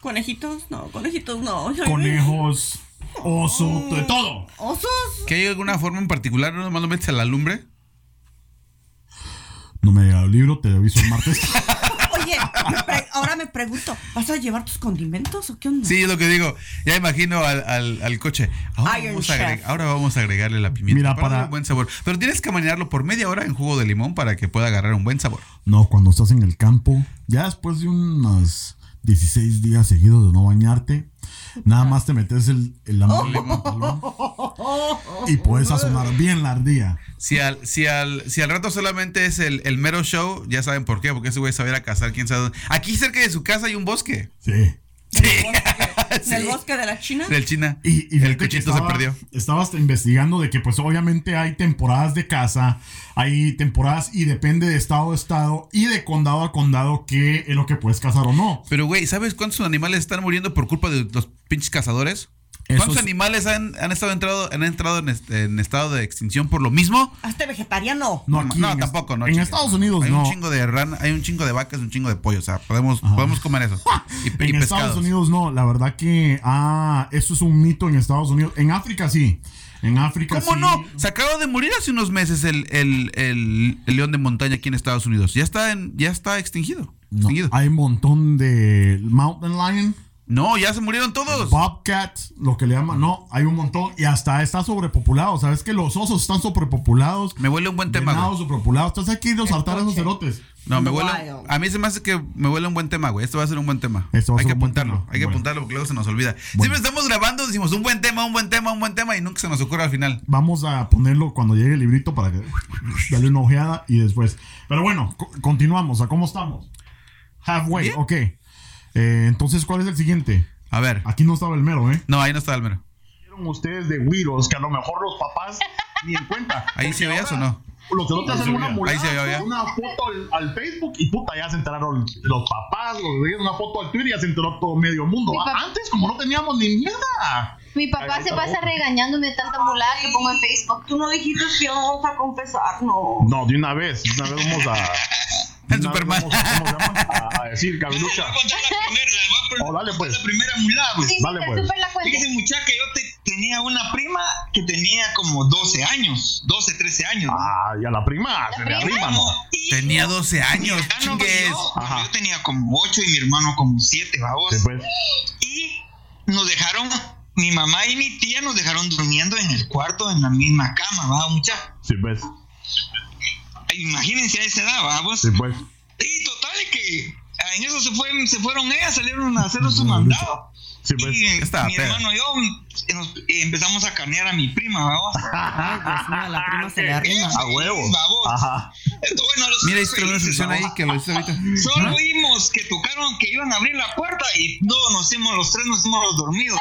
Speaker 3: Conejitos, no, conejitos, no. [LAUGHS] Ay,
Speaker 1: conejos, oso, de todo.
Speaker 3: Osos.
Speaker 2: ¿Que hay alguna forma en particular? ¿No nomás lo metes a la lumbre?
Speaker 1: No me llega el libro, te aviso el martes.
Speaker 3: Oye, me pre- ahora me pregunto, ¿vas a llevar tus condimentos o qué onda?
Speaker 2: Sí, es lo que digo. Ya imagino al, al- al coche. Ahora
Speaker 3: Iron
Speaker 2: vamos, a
Speaker 3: Chef.
Speaker 2: agregar- ahora vamos a agregarle la pimienta
Speaker 1: Mira,
Speaker 2: para
Speaker 1: para-
Speaker 2: darle un buen sabor. Pero tienes que marinarlo por media hora en jugo de limón para que pueda agarrar un buen sabor.
Speaker 1: No, cuando estás en el campo, ya después de unos 16 días seguidos de no bañarte, nada más te metes el, el limón en el pantalón y puedes sazonar bien la ardilla.
Speaker 2: Si al, si al, si al rato solamente es el, el mero show, ya saben por qué, porque ese güey sabe ir a cazar, quién sabe dónde. Aquí cerca de su casa hay un bosque.
Speaker 1: Sí.
Speaker 3: ¿En el
Speaker 2: [LAUGHS]
Speaker 3: bosque de la China?
Speaker 2: Del China.
Speaker 1: Y, y
Speaker 2: el
Speaker 1: fíjate que
Speaker 2: cochito se
Speaker 1: estaba-
Speaker 2: perdió.
Speaker 1: Estaba hasta investigando de que pues obviamente hay temporadas de caza, hay temporadas y depende de estado a estado y de condado a condado que es lo que puedes cazar o no.
Speaker 2: Pero, güey, ¿sabes cuántos animales están muriendo por culpa de los pinches cazadores?
Speaker 1: Eso
Speaker 2: ¿Cuántos
Speaker 1: sí.
Speaker 2: animales han, han estado entrado, han entrado en, este- en estado de extinción por lo mismo?
Speaker 3: Hazte vegetariano.
Speaker 1: No, aquí
Speaker 2: no,
Speaker 1: en-
Speaker 2: tampoco, no.
Speaker 1: En
Speaker 2: chingue.
Speaker 1: Estados Unidos
Speaker 2: hay
Speaker 1: no.
Speaker 2: un chingo de ran, hay un chingo de vacas, un chingo de pollo, o sea, podemos, podemos comer eso. Y, y
Speaker 1: [LAUGHS] En Estados
Speaker 2: pescados.
Speaker 1: Unidos no, la verdad que ah, eso es un mito en Estados Unidos. En África sí. En África
Speaker 2: ¿Cómo
Speaker 1: pues sí.
Speaker 2: no? Se acaba de morir hace unos meses el, el- el- el león de montaña aquí en Estados Unidos. Ya está en, ya está extinguido.
Speaker 1: No,
Speaker 2: Extinguido.
Speaker 1: Hay un montón de Mountain Lion,
Speaker 2: No, ya se murieron todos.
Speaker 1: Bobcat, lo que le llaman. No, hay un montón y hasta está sobrepopulado. Sabes que los osos están sobrepopulados.
Speaker 2: Me huele un buen tema. güey.
Speaker 1: Venados sobrepopulados. Estás aquí de saltar a esos
Speaker 3: coche.
Speaker 1: cerotes.
Speaker 2: No, me
Speaker 3: Wild.
Speaker 2: huele. A mí se me hace que me huele un buen tema, güey. Esto va a ser un buen tema.
Speaker 1: Esto va a
Speaker 2: hay
Speaker 1: ser
Speaker 2: que
Speaker 1: un buen
Speaker 2: apuntarlo.
Speaker 1: tema.
Speaker 2: Hay que
Speaker 1: Bueno.
Speaker 2: apuntarlo porque luego se nos olvida. Siempre estamos grabando, decimos un buen tema, un buen tema, un buen tema y nunca se nos ocurre al final.
Speaker 1: Vamos a ponerlo cuando llegue el librito para que darle una ojeada y después. Pero bueno, co- continuamos. ¿A cómo estamos? Halfway,
Speaker 2: Bien.
Speaker 1: ok. Eh, entonces, ¿cuál es el siguiente?
Speaker 2: A ver.
Speaker 1: Aquí no estaba el mero, ¿eh?
Speaker 2: No, ahí no está Almero.
Speaker 7: Vieron ustedes de Wiros que a lo mejor los papás ni en cuenta.
Speaker 2: [LAUGHS] Ahí sí
Speaker 7: Porque
Speaker 2: veías o
Speaker 7: ahora
Speaker 2: no.
Speaker 7: Los cerotes hacen una
Speaker 2: veía.
Speaker 7: mulada,
Speaker 2: Ahí sí veía, veía.
Speaker 7: una foto al, al Facebook y puta, ya se enteraron los papás, los veían una foto al Twitter y ya se enteró todo medio mundo.
Speaker 4: Mi papá-
Speaker 7: Antes, como no teníamos ni mierda.
Speaker 4: Mi papá
Speaker 7: Ay,
Speaker 4: se
Speaker 7: está
Speaker 4: pasa
Speaker 7: loco.
Speaker 4: regañándome de tanta mulada que pongo en Facebook.
Speaker 5: Tú no dijiste que íbamos a confesar, no.
Speaker 7: No, de una vez, de una vez vamos a. de
Speaker 2: El
Speaker 7: una vez
Speaker 2: Superman.
Speaker 7: Vamos, ¿cómo se llama? a decir, Gabilucha. Oh, dale, pues.
Speaker 9: La primera mulá, güey.
Speaker 4: Sí,
Speaker 7: Vale,
Speaker 4: sí,
Speaker 7: pues.
Speaker 4: te super la cuenta.
Speaker 9: Fíjese, muchacha, yo te- tenía una prima que tenía como 12 años, 12, 13 años. ¿no?
Speaker 7: Ah, y a la prima, se le
Speaker 4: prima?
Speaker 7: arriba, ¿no?
Speaker 9: Y
Speaker 2: Tenía 12
Speaker 9: mi
Speaker 2: años,
Speaker 9: hermano,
Speaker 2: chingues.
Speaker 9: yo,
Speaker 7: Ajá.
Speaker 9: yo tenía como 8 y mi hermano como 7, babos.
Speaker 7: Sí, pues.
Speaker 9: Y nos dejaron, mi mamá y mi tía nos dejaron durmiendo en el cuarto, en la misma cama, va, muchacha.
Speaker 7: Sí, pues.
Speaker 9: Imagínense a esa edad, babos.
Speaker 7: Sí, pues.
Speaker 9: Y total que en eso se, fue, se fueron ellas, salieron a hacer su mandado.
Speaker 7: Sí, pues.
Speaker 9: y eh,
Speaker 2: estaba
Speaker 9: mi
Speaker 2: peda.
Speaker 9: hermano y yo mm, nos- eh, empezamos a carnear a mi prima, vamos.
Speaker 3: Ay, Dios mío, a la prima
Speaker 9: [LAUGHS]
Speaker 3: se le arrima.
Speaker 9: A huevo.
Speaker 7: Ajá.
Speaker 9: Bueno, los
Speaker 2: Mira, hicieron una sección ahí que lo hice ahorita.
Speaker 9: Solo oímos que tocaron que iban a abrir la puerta y todos nos hemos, los tres nos hemos los dormidos.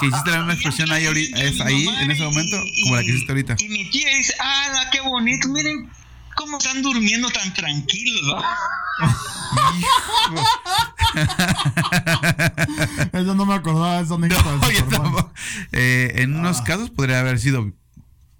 Speaker 2: Que hiciste la misma expresión ahí, ahorita, es ahí, en ese momento, como la que hiciste ahorita.
Speaker 9: Y mi tía dice, ¡ala, qué bonito! Miren cómo están durmiendo tan tranquilos, ¿va?
Speaker 1: [LAUGHS] Eso no me acordaba de esa anécdota
Speaker 2: [LAUGHS] No,
Speaker 1: del
Speaker 2: yo
Speaker 1: Superman.
Speaker 2: tampoco. Eh, en unos
Speaker 9: Ah.
Speaker 2: casos podría haber sido.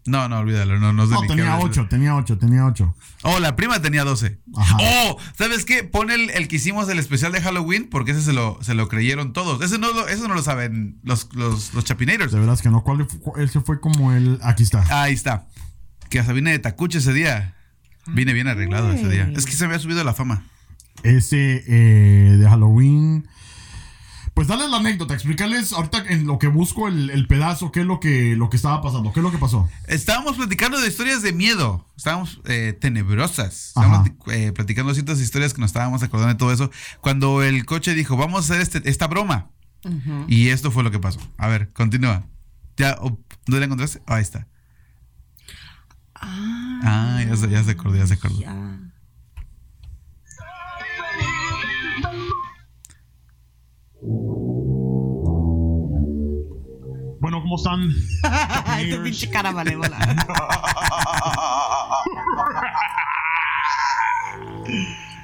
Speaker 2: No, no, olvídalo, no, no es de
Speaker 1: No,
Speaker 2: mi
Speaker 1: tenía
Speaker 2: cabeza.
Speaker 1: 8, tenía 8, tenía 8.
Speaker 2: Oh, la prima tenía 12.
Speaker 1: Ajá.
Speaker 2: Oh, ¿sabes qué? Pon el, el que hicimos del especial de Halloween porque ese se lo, se lo creyeron todos. Ese no lo, eso no lo saben los, los, los chapinators.
Speaker 1: De veras que no, ¿cuál fue? Ese fue como el. Aquí está.
Speaker 2: Ahí está. Que hasta vine de tacuche ese día. Vine bien arreglado ese día. Es que se me había subido la fama.
Speaker 1: Ese eh, de Halloween. Pues dale la anécdota, explicarles ahorita en lo que busco el, el pedazo, qué es lo que, lo que estaba pasando, qué es lo que pasó.
Speaker 2: Estábamos platicando de historias de miedo. Estábamos eh, tenebrosas. Estábamos
Speaker 1: Ajá.
Speaker 2: eh, platicando ciertas historias que nos estábamos acordando de todo eso. Cuando el coche dijo, vamos a hacer este- esta broma. Y esto fue lo que pasó. A ver, continúa. Ya, oh, ¿Dónde la encontraste? Ah, ahí está. Ah, ya se, ya se acordó, ya se acordó.
Speaker 3: Ya.
Speaker 1: Bueno, ¿cómo están?
Speaker 3: [LAUGHS] Ay, tu pinche cara malévola.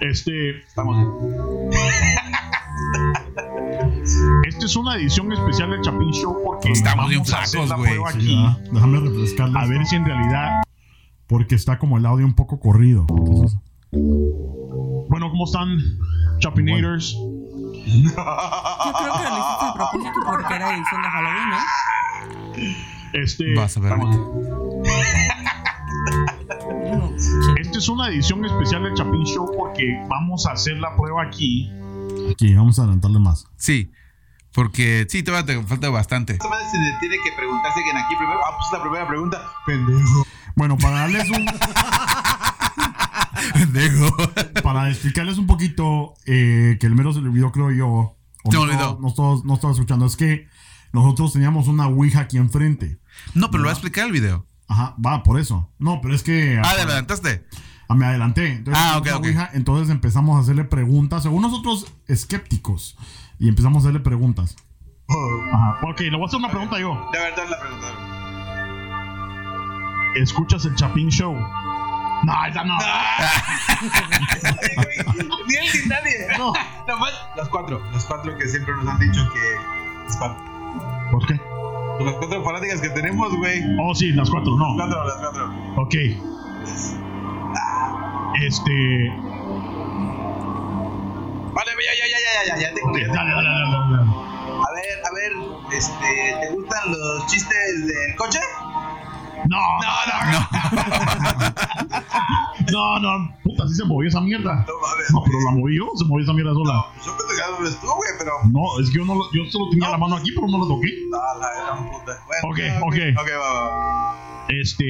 Speaker 7: Este. Estamos Esta es una edición especial del Chapin Show porque
Speaker 2: Estamos bien
Speaker 7: vamos a hacer
Speaker 2: flacos,
Speaker 7: la
Speaker 2: güey.
Speaker 7: prueba
Speaker 2: Sí,
Speaker 7: aquí.
Speaker 1: Ya, déjame refrescarlo.
Speaker 7: A ver si en realidad.
Speaker 1: Porque está como el audio un poco corrido. Entonces,
Speaker 7: Bueno, ¿cómo están? Chapinators.
Speaker 3: Yo creo que lo hiciste a propósito porque era edición de Halloween, ¿eh?
Speaker 7: Este,
Speaker 2: Vas a ver.
Speaker 3: No, che.
Speaker 7: esta es una edición especial del Chapin Show porque vamos a hacer la prueba aquí.
Speaker 1: Aquí, vamos a adelantarle más.
Speaker 2: Sí, porque sí, todavía te falta bastante. [LAUGHS]
Speaker 8: Esta madre se tiene que preguntarse quién aquí primero. Ah, pues la primera pregunta. Pendejo.
Speaker 1: Bueno, para darles
Speaker 2: [LAUGHS]
Speaker 1: un.
Speaker 2: Pendejo.
Speaker 1: para explicarles un poquito eh, que el mero se le olvidó, creo yo. o
Speaker 2: Se
Speaker 1: no,
Speaker 2: olvidó.
Speaker 1: estaba- no, estaba- no estaba escuchando. Es que nosotros teníamos una Ouija aquí enfrente.
Speaker 2: No, pero lo voy a explicar el video.
Speaker 1: Ajá, va, por eso. No, pero es que.
Speaker 2: Ah, ¿te adelantaste.
Speaker 1: Ah, me adelanté. Entonces,
Speaker 2: Ah, ok,
Speaker 1: la
Speaker 2: ok.
Speaker 1: Ouija, entonces empezamos a hacerle preguntas, según nosotros, escépticos. Y empezamos a hacerle preguntas.
Speaker 7: Ajá. Ok, le voy a hacer una pregunta yo.
Speaker 8: La verdad la pregunta.
Speaker 7: ¿Escuchas el Chapin Show? No,
Speaker 2: [LAUGHS]
Speaker 7: esa no.
Speaker 8: Ni él ni nadie. No, pues, nomás las cuatro. Las cuatro que siempre nos han dicho que. las cuatro.
Speaker 7: ¿Por qué?
Speaker 8: Las cuatro fanáticas que tenemos, güey.
Speaker 7: Oh, sí, las cuatro, no.
Speaker 8: Cuatro, las cuatro.
Speaker 7: Ok. Este.
Speaker 8: Vale, ya, ya, ya, ya, ya, ya, ya tengo.
Speaker 7: ok,
Speaker 8: ya
Speaker 7: dale,
Speaker 8: tengo.
Speaker 7: dale, dale, dale, dale.
Speaker 8: A ver, a ver, este, ¿te gustan los chistes del coche?
Speaker 7: No,
Speaker 8: no, no.
Speaker 7: [LAUGHS] no, no. Puta, sí se movió esa mierda.
Speaker 8: No mames.
Speaker 7: No, pero la movió, se movió esa mierda sola.
Speaker 8: Yo pensé que lo ves tú, güey, pero.
Speaker 7: No, es que yo, no, lo- yo solo tenía la mano aquí, pero no la toqué.
Speaker 8: Ah, la gran
Speaker 9: [LAUGHS]
Speaker 8: puta. Bueno,
Speaker 7: Ok,
Speaker 8: ah,
Speaker 7: ok.
Speaker 8: Ok, va, va, va.
Speaker 7: Este.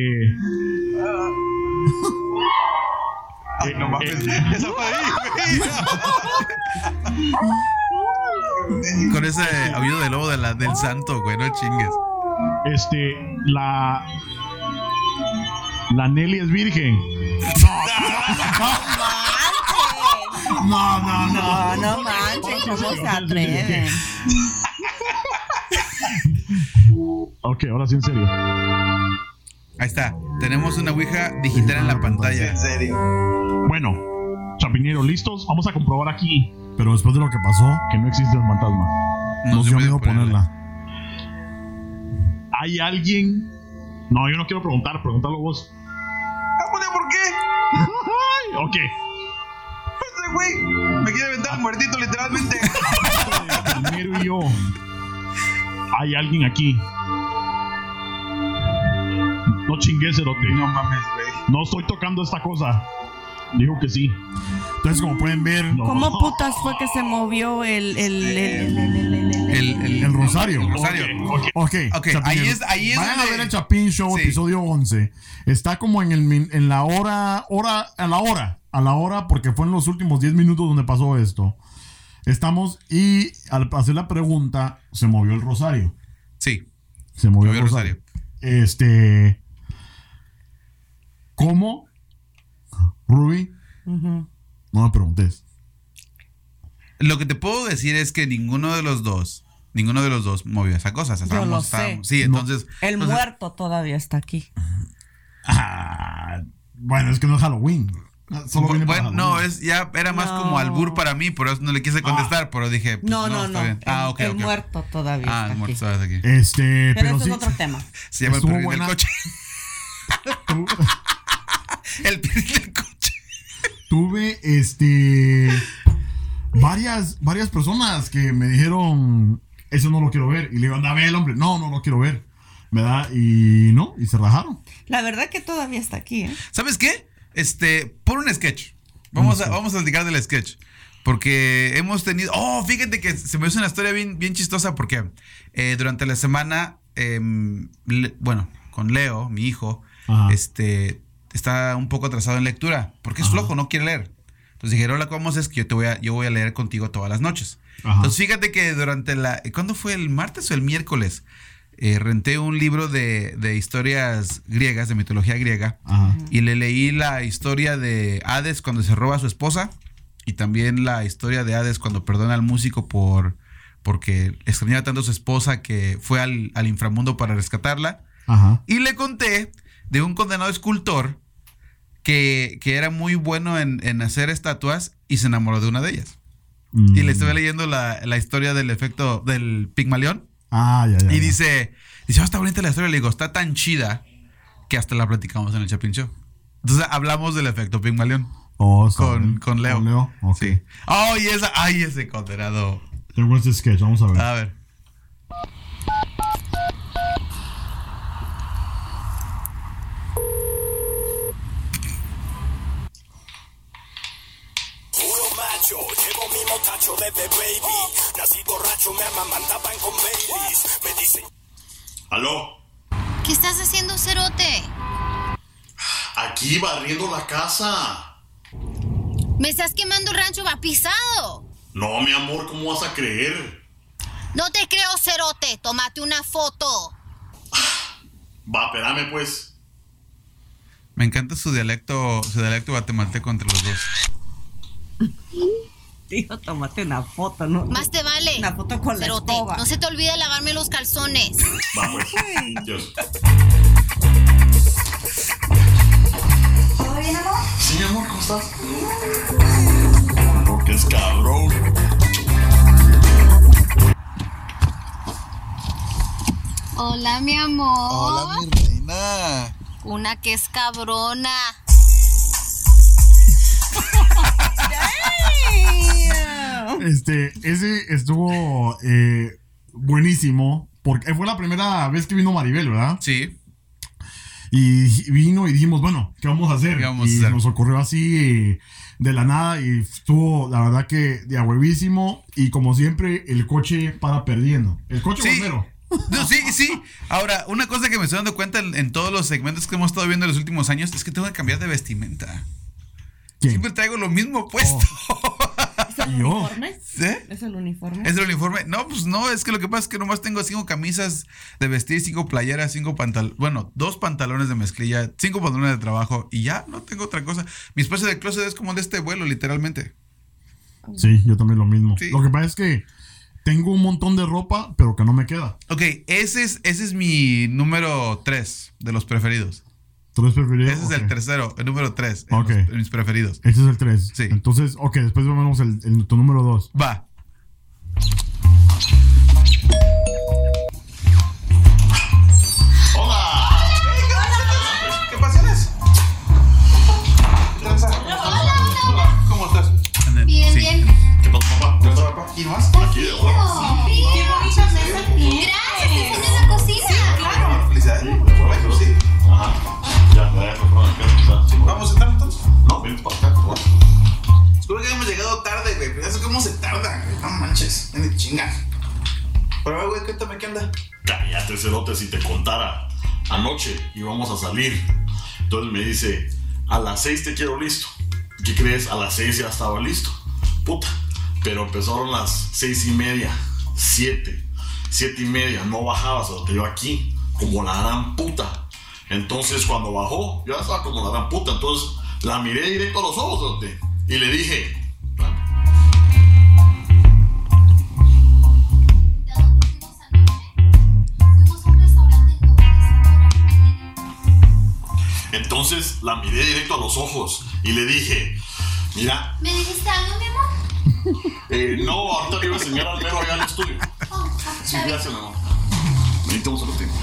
Speaker 8: Ah. Ay, no mames.
Speaker 7: eh.
Speaker 8: Esa fue ahí, güey.
Speaker 2: Con ese aullido del lobo de la, del santo, güey, no chingues.
Speaker 7: Este. La. La Nelly es virgen.
Speaker 1: No, no,
Speaker 3: No, no manches, ¿cómo se atreven?
Speaker 7: Ok, ahora sí en serio.
Speaker 2: Ahí está. Tenemos una ouija digital en la pantalla.
Speaker 8: En serio.
Speaker 7: Bueno, Chapinero, ¿listos? Vamos a comprobar aquí
Speaker 1: Pero después de lo que pasó,
Speaker 7: que no existe el fantasma.
Speaker 1: nos dio
Speaker 2: dio
Speaker 1: miedo ponerla.
Speaker 7: ¿Hay alguien? No, yo no quiero preguntar, pregúntalo vos.
Speaker 8: Ah, bueno, ¿por qué?
Speaker 7: Ay, ok.
Speaker 8: Ese güey me quiere aventar al muertito, literalmente.
Speaker 7: Primero y yo. ¿Hay alguien aquí? No chingues, erote.
Speaker 8: No mames, güey.
Speaker 7: No estoy tocando esta cosa. Dijo que sí.
Speaker 1: Entonces, como pueden ver,
Speaker 7: No.
Speaker 3: ¿Cómo putas fue que se movió el. el, el, el, el, el, el- el-
Speaker 2: El, el,
Speaker 1: el rosario.
Speaker 2: el rosario.
Speaker 7: Ok,
Speaker 1: Ok,
Speaker 2: Ok,
Speaker 1: Chapinero.
Speaker 2: ahí es- ahí es
Speaker 1: Vayan
Speaker 2: donde-
Speaker 1: a ver el Chapin Show,
Speaker 2: Sí.
Speaker 1: episodio 11. Está como en, el, min- en la hora, hora, a la hora, a la hora, porque fue en los últimos 10 minutos donde pasó esto. Estamos, y al hacer la pregunta, se movió el rosario.
Speaker 2: Sí,
Speaker 1: Se movió,
Speaker 2: movió el rosario.
Speaker 1: Este. ¿Cómo? Ruby,
Speaker 3: Ujú.
Speaker 1: no me preguntes.
Speaker 2: Lo que te puedo decir es que ninguno de los dos, ninguno de los dos movió esa cosa. O sea,
Speaker 3: Yo lo
Speaker 2: estábamos-
Speaker 3: sé.
Speaker 2: estábamos- Sí,
Speaker 1: No.
Speaker 2: entonces.
Speaker 3: El
Speaker 2: entonces-
Speaker 3: muerto todavía está aquí.
Speaker 1: Ah, bueno, es que no es Halloween. Solo viene para
Speaker 2: Bueno, no,
Speaker 1: Halloween.
Speaker 2: es, ya era más
Speaker 3: No.
Speaker 2: como albur para mí, por eso no le quise contestar, pero dije. pues,
Speaker 3: No, no,
Speaker 2: está
Speaker 3: no.
Speaker 2: bien.
Speaker 3: El,
Speaker 2: Ah, ok,
Speaker 3: el
Speaker 2: ok.
Speaker 3: muerto todavía
Speaker 2: Ah,
Speaker 3: está
Speaker 2: el muerto,
Speaker 3: aquí.
Speaker 2: estabas aquí.
Speaker 1: Este,
Speaker 3: Pero,
Speaker 1: pero,
Speaker 3: eso
Speaker 1: sí.
Speaker 3: es otro tema.
Speaker 2: Se llama el
Speaker 1: Estuvo
Speaker 2: perril
Speaker 1: buena.
Speaker 2: del coche. el perril del coche.
Speaker 1: tuve este varias varias personas que me dijeron eso no lo quiero ver y le digo anda ve el hombre no no lo quiero ver me da y no y se rajaron
Speaker 3: La verdad que todavía está aquí, ¿eh?
Speaker 2: ¿Sabes qué? Este, por un sketch. Vamos a, vamos a platicar del sketch. Porque hemos tenido. Oh, fíjate que se me hizo una historia bien, bien chistosa. Porque eh, durante la semana, em, le- bueno, con Leo, mi hijo,
Speaker 1: Ajá.
Speaker 2: este está un poco atrasado en lectura. Porque es flojo, no quiere leer. Entonces dije, hola, ¿cómo haces? Que yo te voy a, yo voy a leer contigo todas las noches.
Speaker 1: Ajá.
Speaker 2: Entonces fíjate que durante la. ¿Cuándo fue el martes o el miércoles? Eh, renté un libro de, de historias griegas, de mitología griega.
Speaker 1: Ajá.
Speaker 2: Y le leí la historia de Hades cuando se roba a su esposa. Y también la historia de Hades cuando perdona al músico por porque extrañaba tanto a su esposa que fue al, al inframundo para rescatarla.
Speaker 1: ajá
Speaker 2: Y le conté de un condenado escultor que, que era muy bueno en, en hacer estatuas y se enamoró de una de ellas.
Speaker 1: Mm.
Speaker 2: Y le estuve leyendo la, la historia del efecto del Pigmalión.
Speaker 1: ah ya ya
Speaker 2: Y
Speaker 1: ya.
Speaker 2: dice, dice, "Oh, está bonita la historia. Le digo, está tan chida que hasta la platicamos en el Chapin Show. Entonces hablamos del efecto Pigmalión.
Speaker 1: Oh, está
Speaker 2: con,
Speaker 1: bien.
Speaker 2: con Leo.
Speaker 1: Con Leo, ok.
Speaker 2: Sí. Ay, esa, ay, ese condenado.
Speaker 1: There was this sketch, vamos a ver.
Speaker 9: Ah,
Speaker 2: A ver.
Speaker 10: Puro macho, llevo mi motacho desde baby. Nací borracho, me amamantaban con Baileys. Me dicen.
Speaker 9: ¿Aló?
Speaker 11: ¿Qué estás haciendo, Cerote?
Speaker 9: Aquí barriendo la casa.
Speaker 11: Me estás quemando el rancho vapizado.
Speaker 9: No, mi amor, ¿cómo vas a creer?
Speaker 11: No te creo, Cerote. Tómate una foto.
Speaker 9: Va, espérame pues.
Speaker 2: Me encanta su dialecto, su dialecto guatemalteco entre los dos.
Speaker 3: Tío, tómate una foto, ¿no?
Speaker 11: Más te vale.
Speaker 3: Una foto con la
Speaker 11: Cerote,
Speaker 3: escoba.
Speaker 11: no se te olvide lavarme los calzones.
Speaker 9: Va pues. Dios.
Speaker 11: ¿Todo bien, amor?
Speaker 9: Sí, mi amor, ¿cómo estás? Porque es cabrón.
Speaker 11: [LAUGHS] Hola, mi amor.
Speaker 12: Hola, mi reina.
Speaker 11: Una que es cabrona.
Speaker 1: Este, ese estuvo eh, buenísimo. Porque fue la primera vez que vino Maribel, ¿verdad?
Speaker 2: Sí.
Speaker 1: Y vino y dijimos, bueno, ¿qué vamos a hacer?
Speaker 2: ¿Qué vamos a
Speaker 1: y
Speaker 2: hacer?
Speaker 1: nos ocurrió así eh, de la nada y estuvo, la verdad que de a huevísimo. Y como siempre, el coche para perdiendo. El coche
Speaker 2: Sí.
Speaker 1: bombero.
Speaker 2: [LAUGHS] No, sí, sí. Ahora, una cosa que me estoy dando cuenta en, en todos los segmentos que hemos estado viendo en los últimos años es que tengo que cambiar de vestimenta.
Speaker 1: ¿Quién?
Speaker 2: Siempre traigo lo mismo puesto.
Speaker 3: ¿Es el
Speaker 1: Oh. Yo.
Speaker 3: uniforme?
Speaker 1: Oh.
Speaker 2: ¿Eh?
Speaker 3: ¿Es el uniforme?
Speaker 2: ¿Es el uniforme? No, pues no, es que lo que pasa es que nomás tengo cinco camisas de vestir, cinco playeras, cinco pantalones, bueno, dos pantalones de mezclilla, cinco pantalones de trabajo y ya, no tengo otra cosa. Mi espacio de closet es como el de este vuelo, literalmente.
Speaker 1: Sí, yo también lo mismo.
Speaker 2: Sí.
Speaker 1: Lo que pasa es que tengo un montón de ropa, pero que no me queda.
Speaker 2: Ok, ese es, ese es mi número tres de los preferidos.
Speaker 1: Tres preferidos.
Speaker 2: Ese
Speaker 1: ok.
Speaker 2: es el tercero, el número tres en
Speaker 1: Ok.
Speaker 2: los- en mis preferidos.
Speaker 1: Ese es el 3.
Speaker 2: Sí.
Speaker 1: Entonces, ok, después vemos el, el- tu número 2.
Speaker 2: Va.
Speaker 9: ¡Hola!
Speaker 13: ¿Qué pasiones? ¿Cómo estás?
Speaker 11: Bien,
Speaker 2: Sí.
Speaker 11: bien.
Speaker 9: ¿Qué pasa, papá? ¿Cómo estás, papá?
Speaker 13: ¿Y más?
Speaker 9: Aquí de huevos.
Speaker 11: Qué bonita mesa Gracias, te enseñé la cocina.
Speaker 13: Felicidades. Bueno, sí.
Speaker 9: Ajá. Ya, ya, ya, por acá, está, sí,
Speaker 13: Vamos a sentarnos entonces.
Speaker 9: No, vienes para acá. por favor.
Speaker 13: Descubrí que hemos llegado tarde, güey. Pero eso cómo se tarda, güey. No manches. Ven de chinga. Pero, a ver, güey, cuéntame qué onda.
Speaker 9: Cállate, cerote, si te contara. Anoche íbamos a salir. Entonces me dice, a las 6 te quiero listo. ¿Qué crees? A las 6 ya estaba listo. Puta. Pero empezaron las 6 y media, 7, 7 y media. No bajaba, cerote. Yo aquí, como la gran puta. Entonces cuando bajó, yo ya estaba como la gran puta. Entonces la miré directo a los ojos, cerote. Y le dije, Entonces la miré directo a los ojos y le dije, mira,
Speaker 11: ¿Me dijiste algo, mi amor?
Speaker 9: eh, no, ahorita le iba a enseñar al mero allá al estudio.
Speaker 11: Oh,
Speaker 9: Sí, gracias, mi amor. Necesitamos otro tiempo.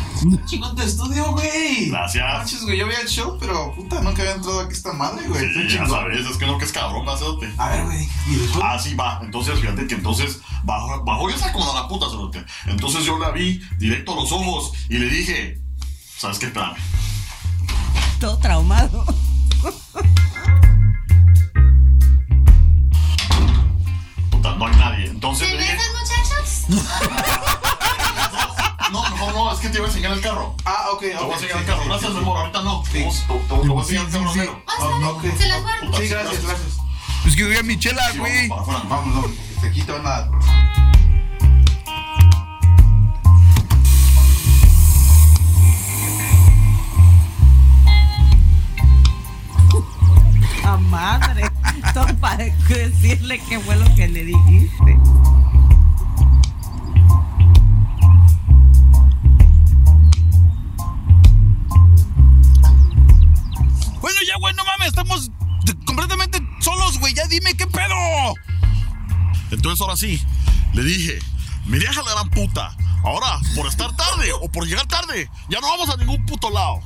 Speaker 13: Chingón de estudio, güey.
Speaker 9: Gracias.
Speaker 13: Manches, güey. Yo veía el show, pero puta, nunca había entrado aquí esta madre, güey. Estoy
Speaker 9: Eh, Ya
Speaker 13: chingón.
Speaker 9: sabes, es que no, que es cabrón, cerote.
Speaker 13: A ver, güey. Y después.
Speaker 9: Ah, sí, va. Entonces, fíjate que entonces bajó, bajó ya como la puta, cerote. Entonces yo la vi directo a los ojos y le dije, ¿sabes qué? Espérame.
Speaker 3: Todo traumado.
Speaker 9: Puta, no hay nadie. Entonces
Speaker 11: ¿Se
Speaker 9: le dije,
Speaker 11: besan, muchachos?
Speaker 9: [LAUGHS] no, no, no, es que te iba a enseñar el carro.
Speaker 13: Ah, ok,
Speaker 9: Te voy a
Speaker 13: ok. sí,
Speaker 9: enseñar el
Speaker 13: sí,
Speaker 9: carro.
Speaker 13: sí,
Speaker 9: Gracias,
Speaker 13: sí.
Speaker 9: mi amor. Ahorita no. Te te voy a enseñar el carro mero.
Speaker 11: Ah, está
Speaker 13: no,
Speaker 11: bien.
Speaker 13: ok.
Speaker 11: Se las guardo.
Speaker 9: Puta,
Speaker 13: Sí, gracias, gracias.
Speaker 2: Pues que voy a Michela,
Speaker 9: Sí,
Speaker 2: güey.
Speaker 9: vamos para afuera.
Speaker 13: Vamos, vamos. Te quito una.
Speaker 3: ¡A madre! Todo para decirle qué fue lo que le dijiste.
Speaker 12: Bueno, ya, güey, no mames, estamos de- completamente solos, güey. Ya dime qué pedo.
Speaker 9: Entonces ahora sí, le dije, me deja la gran puta. Ahora, por estar tarde o por llegar tarde, ya no vamos a ningún puto lado.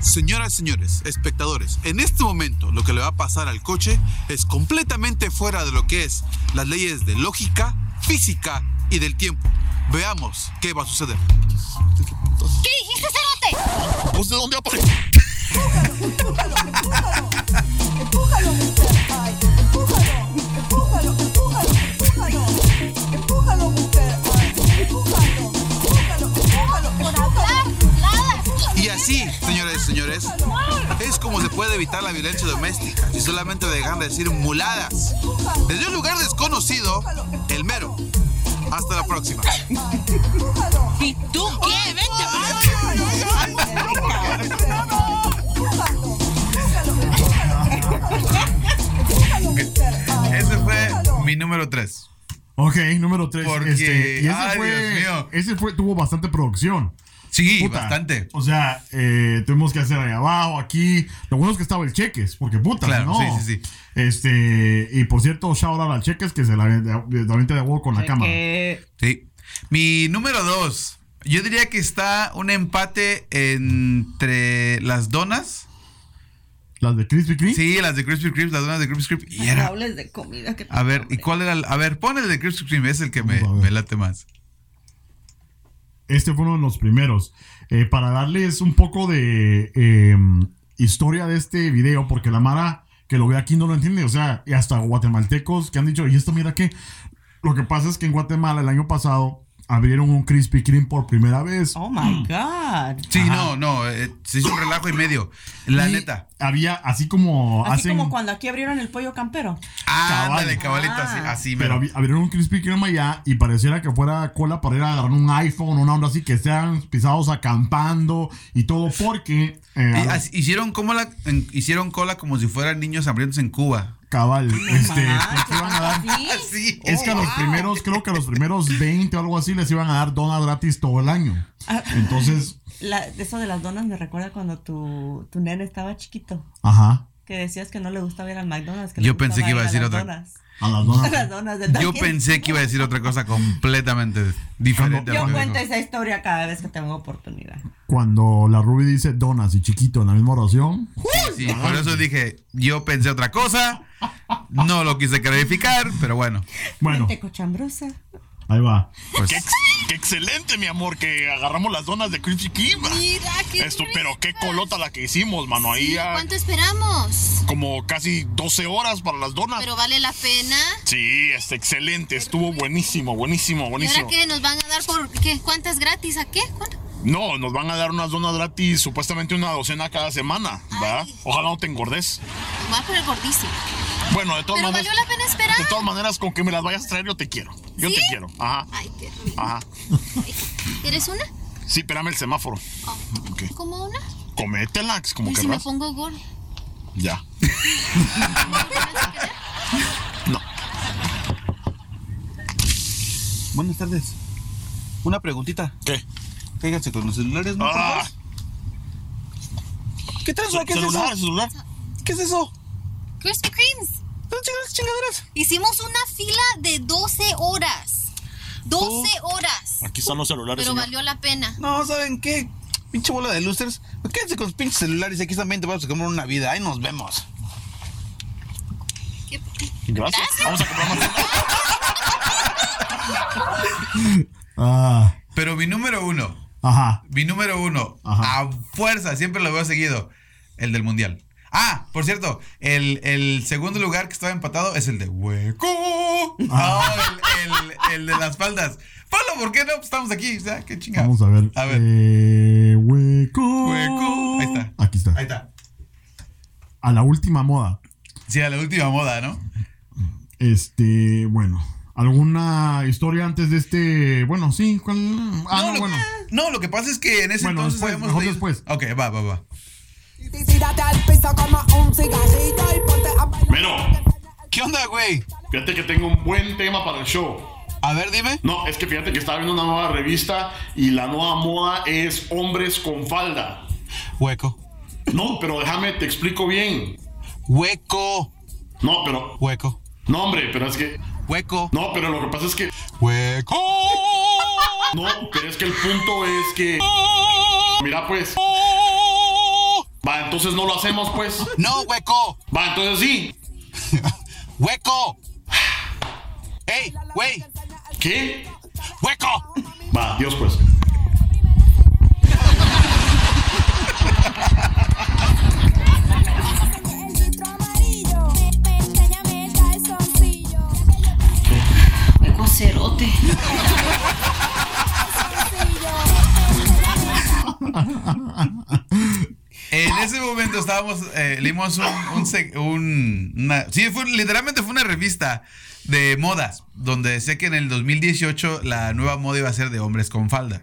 Speaker 14: Señoras, señores, espectadores, en este momento lo que le va a pasar al coche es completamente fuera de lo que es las leyes de lógica, física y del tiempo. Veamos qué va a suceder.
Speaker 15: ¿Qué dijiste, cerote?
Speaker 9: Pues,
Speaker 14: ¿Vos de dónde apareció?
Speaker 15: Empújalo, mister. Ay, empújalo, empújalo, empújalo, empújalo. Empújalo, mister. Ay, empújalo, empújalo, empújalo, empújalo.
Speaker 14: Y así, señores y señores, es como se puede evitar la violencia doméstica si solamente dejan de decir muladas. Desde un lugar desconocido, el mero. Hasta la próxima.
Speaker 15: ¿Y tú qué? Vete,
Speaker 2: Ese fue mi número 3.
Speaker 1: Ok, número 3.
Speaker 2: Porque,
Speaker 1: este, y ese,
Speaker 2: ay,
Speaker 1: fue,
Speaker 2: Dios mío.
Speaker 1: ese fue, tuvo bastante producción.
Speaker 2: Sí, bastante.
Speaker 1: O sea, eh, tuvimos que hacer ahí abajo, aquí. Lo bueno es que estaba el Cheques, porque puta,
Speaker 2: Claro,
Speaker 1: ¿no?
Speaker 2: sí, sí, sí.
Speaker 1: Este, y por cierto, shout out al Cheques que se la avienta de huevo con la cámara.
Speaker 2: Sí. Mi número 2. Yo diría que está un empate entre las donas.
Speaker 1: ¿Las de Krispy Kreme?
Speaker 2: Sí, las de Krispy Kreme, las donas de Krispy Kreme. Y
Speaker 3: No
Speaker 2: era
Speaker 3: hables de comida que
Speaker 2: A ver, ¿y cuál era? el- A ver, pon el de Krispy Kreme, es el que me, me late más.
Speaker 1: Este fue uno de los primeros. Eh, para darles un poco de eh, historia de este video, porque la Mara que lo ve aquí no lo entiende. O sea, y hasta guatemaltecos que han dicho, ¿y esto mira qué? Lo que pasa es que en Guatemala el año pasado abrieron un Krispy Kreme por primera vez.
Speaker 3: Oh my God.
Speaker 2: Sí, no, no, eh, se hizo un relajo y medio. La neta.
Speaker 1: Había así como
Speaker 3: Así
Speaker 1: hacen.
Speaker 3: como cuando aquí abrieron el pollo campero.
Speaker 2: Ándale, cabalito, así,
Speaker 3: Ah.
Speaker 2: así
Speaker 1: pero
Speaker 2: mero.
Speaker 1: abri- abrieron un Krispy Kreme allá y pareciera que fuera cola para ir a agarrar un iPhone, una onda así, que sean pisados acampando y todo, porque. eh,
Speaker 2: Y así- hicieron, como la, en- hicieron cola como si fueran niños hambrientos en Cuba.
Speaker 1: Cabal, este, porque iban a dar.
Speaker 2: Sí.
Speaker 1: Es que a los primeros, creo que a los primeros 20 o algo así les iban a dar donas gratis todo el año.
Speaker 3: Ah.
Speaker 1: Entonces,
Speaker 3: La- eso de las donas me recuerda cuando tu, tu nene estaba chiquito.
Speaker 1: ajá.
Speaker 3: Que decías que no le gustaba ir al McDonald's. Que
Speaker 2: Yo
Speaker 3: le gustaba
Speaker 2: pensé que iba a
Speaker 3: ir
Speaker 2: decir
Speaker 3: las
Speaker 2: otra-
Speaker 3: donas.
Speaker 1: A las
Speaker 3: A
Speaker 1: donas.
Speaker 3: [LAUGHS] las donas de
Speaker 2: Yo pensé que iba a decir otra cosa completamente diferente. a
Speaker 3: Yo
Speaker 2: lo que
Speaker 3: cuento
Speaker 2: dijo.
Speaker 3: esa historia cada vez que tengo oportunidad.
Speaker 1: Cuando la Ruby dice donas y chiquito en la misma oración.
Speaker 2: Sí, sí, por eso dije, yo pensé otra cosa, no lo quise clarificar, pero bueno.
Speaker 1: Bueno.
Speaker 3: Gente cochambrosa.
Speaker 1: Ahí va.
Speaker 2: Pues,
Speaker 7: Qué, ex- qué excelente, mi amor, que agarramos las donas de Krispy Kreme.
Speaker 11: Mira, qué
Speaker 7: Esto, pero qué colota la que hicimos, mano. Ahí
Speaker 11: Sí,
Speaker 7: ya
Speaker 11: ¿Cuánto esperamos?
Speaker 7: como casi 12 horas para las donas.
Speaker 11: Pero vale la pena.
Speaker 7: Sí, está excelente, estuvo buenísimo, buenísimo,
Speaker 11: ¿Y ahora
Speaker 7: buenísimo.
Speaker 11: qué nos van a dar por qué? ¿Cuántas gratis? ¿A qué? ¿Cuánto?
Speaker 7: No, nos van a dar unas donas gratis, supuestamente una docena cada semana, ¿verdad? Ojalá no te engordes.
Speaker 11: Más por el gordísimo.
Speaker 7: Bueno, de todas
Speaker 11: Pero
Speaker 7: maneras.
Speaker 11: valió la pena esperar.
Speaker 7: De todas maneras, con que me las vayas a traer, yo te quiero. Yo
Speaker 11: ¿Sí?
Speaker 7: te quiero. Ajá.
Speaker 11: Ay, qué rico.
Speaker 7: Ajá.
Speaker 11: ¿Quieres una? Ah.
Speaker 7: Sí, espérame el semáforo. Ok.
Speaker 11: ¿Como una?
Speaker 7: Cométela, es como
Speaker 11: ¿Y
Speaker 7: que
Speaker 11: si me pongo gordo?
Speaker 7: Ya.
Speaker 8: Buenas tardes. Una preguntita.
Speaker 7: ¿Qué?
Speaker 8: Fíjense con los celulares, ¿no?
Speaker 7: Ah.
Speaker 8: ¿Qué tranza? ¿Qué es
Speaker 7: Celular,
Speaker 8: eso?
Speaker 7: celular.
Speaker 8: ¿Qué es eso?
Speaker 11: Krispy Kremes. Hicimos una fila de 12 horas. 12 horas.
Speaker 7: Oh. Aquí están los celulares.
Speaker 11: Pero
Speaker 7: señor.
Speaker 11: valió la pena.
Speaker 8: No, ¿saben qué? Pinche bola de losers. Pues Quédense con los pinches celulares y aquí también te vamos a comprar una vida. Ahí nos vemos.
Speaker 7: Gracias. Vamos a comprar más.
Speaker 1: Ah,
Speaker 2: Pero mi número uno,
Speaker 1: ajá.
Speaker 2: mi número uno, a fuerza, siempre lo veo seguido, el del mundial. Ah, por cierto, el, el segundo lugar que estaba empatado es el de Hueco. [LAUGHS] Ah, el, el- el de las faldas. Pablo, ¿por qué no Pues estamos aquí? O sea, qué chingada.
Speaker 1: Vamos a ver.
Speaker 2: A ver.
Speaker 1: Eh, hueco.
Speaker 2: Hueco. Ahí está.
Speaker 1: Aquí está.
Speaker 2: Ahí está.
Speaker 1: A la última moda.
Speaker 2: Sí, a la última moda, ¿no?
Speaker 1: Este, bueno. ¿Alguna historia antes de este? Bueno, sí. ¿cuál? Ah, no,
Speaker 2: lo,
Speaker 1: bueno.
Speaker 2: no, lo que pasa es que en ese
Speaker 1: Bueno,
Speaker 2: entonces
Speaker 1: después,
Speaker 2: habíamos
Speaker 1: mejor
Speaker 2: leído-
Speaker 1: después.
Speaker 2: Ok, va, va, va.
Speaker 15: Tírate al piso como un cigarrillo y ponte a bailar.
Speaker 7: Mero,
Speaker 8: ¿Qué onda, güey?
Speaker 7: fíjate que tengo un buen tema para el show.
Speaker 8: A ver, dime.
Speaker 7: No, es que fíjate que estaba viendo una nueva revista y la nueva moda es hombres con falda.
Speaker 8: Hueco.
Speaker 7: No, pero déjame, te explico bien.
Speaker 8: Hueco.
Speaker 7: No, pero.
Speaker 8: Hueco.
Speaker 7: No, hombre, pero es que.
Speaker 8: Hueco.
Speaker 7: No, pero lo que pasa es que.
Speaker 8: Hueco.
Speaker 7: No, pero es que el punto es que. Mira, pues.
Speaker 1: Va, entonces no lo hacemos, pues.
Speaker 16: No, hueco.
Speaker 1: Va, entonces sí.
Speaker 16: hueco. ¡Ey, güey!
Speaker 1: ¿Qué?
Speaker 16: ¡Hueco!
Speaker 1: Va, Dios, pues.
Speaker 17: Hueco cerote.
Speaker 1: [LAUGHS]
Speaker 2: En ese momento estábamos, eh, leímos un, un sec- un- una- sí, fue, literalmente fue una revista de modas, donde decía que en el 2018 la nueva moda iba a ser de hombres con falda,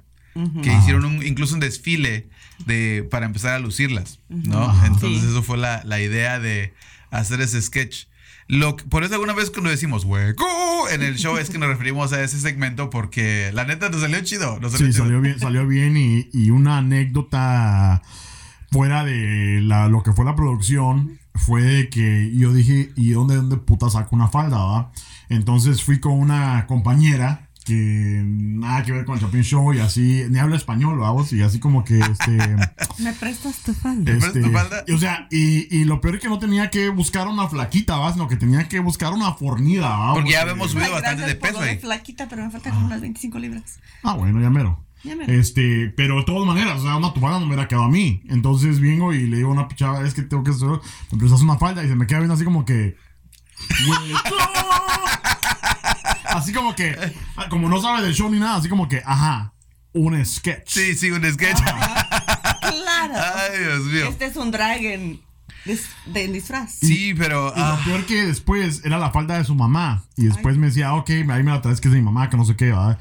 Speaker 2: que hicieron un- incluso un desfile de, para empezar a lucirlas, ¿no?
Speaker 16: Ujú.
Speaker 2: Entonces
Speaker 16: Sí.
Speaker 2: eso fue la, la idea de hacer ese sketch. Lo, que- por eso alguna vez cuando decimos hueco en el show es que nos referimos a ese segmento porque la neta nos salió chido. Nos salió
Speaker 1: Sí,
Speaker 2: chido.
Speaker 1: salió bien, salió bien y, y una anécdota fuera de la- lo que fue la producción fue de que yo dije, ¿y dónde, dónde puta saco una falda, va? Entonces fui con una compañera que nada que ver con el Chapin Show y así, ni habla español, vamos, y así como que
Speaker 2: [LAUGHS]
Speaker 1: este...
Speaker 3: ¿Me prestas tu falda?
Speaker 1: Este, y, o sea, y, y lo peor es que no tenía que buscar una flaquita, ¿va? sino que tenía que buscar una fornida. ¿va?
Speaker 2: Porque ya habíamos subido bastante de
Speaker 3: Por
Speaker 2: peso
Speaker 3: lo de
Speaker 2: ahí.
Speaker 3: flaquita, pero me faltan como unas 25
Speaker 2: [LAUGHS]
Speaker 3: libras.
Speaker 1: Ah, bueno, ya mero.
Speaker 3: Ya mero.
Speaker 1: Este, pero de todas maneras, o sea, una tupada no me hubiera quedado a mí. Entonces vengo y le digo a una pichada, es que tengo que hacer, me prestas una falda y se me queda viendo así como que. "Güey, [LAUGHS] así como que, ah, como no sabe del show ni nada, así como que, ajá, un sketch.
Speaker 2: Sí, sí, un sketch.
Speaker 3: Claro.
Speaker 2: Ay, Dios mío.
Speaker 3: Este es un drag en, dis- de disfraz.
Speaker 2: Sí, pero. ah,
Speaker 1: Y lo peor que después era la falda de su mamá. Y después me decía, ok, ahí me la traes que es de mi mamá, que no sé qué, ¿verdad?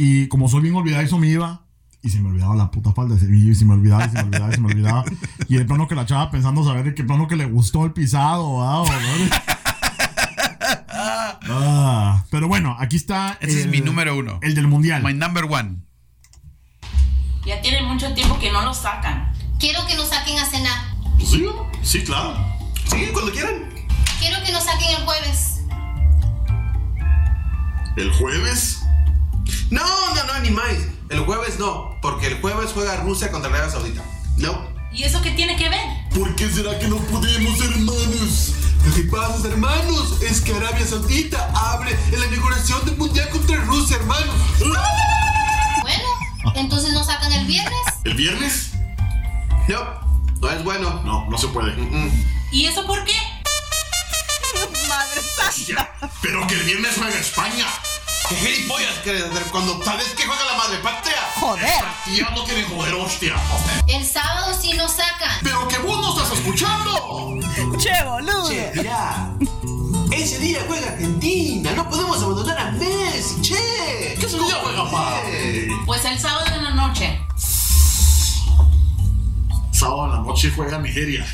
Speaker 1: Y como soy bien olvidadizo, me iba. Y se me olvidaba la puta falda. Y se me olvidaba, y se me olvidaba, y se me olvidaba. Y de plano que la chava pensando saber de qué plano que le gustó el pisado, ¿verdad? O, ¿verdad? Ah, pero bueno, aquí está.
Speaker 2: Ese es mi número uno.
Speaker 1: El del mundial. My
Speaker 2: number one.
Speaker 17: Ya tienen mucho tiempo que no lo sacan.
Speaker 11: Quiero que nos saquen a cenar.
Speaker 7: Pues Sí, sí, claro. Sí, cuando quieran.
Speaker 11: Quiero que nos saquen el jueves.
Speaker 7: ¿El jueves?
Speaker 16: No, no, no animáis. El jueves no, porque el jueves juega Rusia contra Arabia Saudita. No.
Speaker 17: ¿Y eso qué tiene que ver?
Speaker 7: ¿Por qué será que no podemos, hermanos? Lo que pasa, hermanos, es que Arabia Saudita abre en la inauguración del Mundial contra Rusia, hermanos.
Speaker 11: Bueno, entonces nos sacan el viernes.
Speaker 7: ¿El viernes?
Speaker 16: No, no es bueno.
Speaker 7: No, no se puede.
Speaker 17: ¿Y eso por qué?
Speaker 3: Madre santa.
Speaker 7: Pero que el viernes juega España.
Speaker 16: ¿Qué gilipollas quieres hacer cuando sabes que juega la madre patria?
Speaker 3: Joder.
Speaker 7: Ya no quieren joder, hostia.
Speaker 11: El sábado sí nos sacan.
Speaker 7: Pero que vos no estás escuchando.
Speaker 3: Che, boludo.
Speaker 16: Che, mirá. Ese día juega Argentina. No podemos abandonar a Messi, che.
Speaker 7: ¿Qué se llama, papá?
Speaker 17: Pues el sábado en la noche.
Speaker 7: Sábado a la noche juega Nigeria.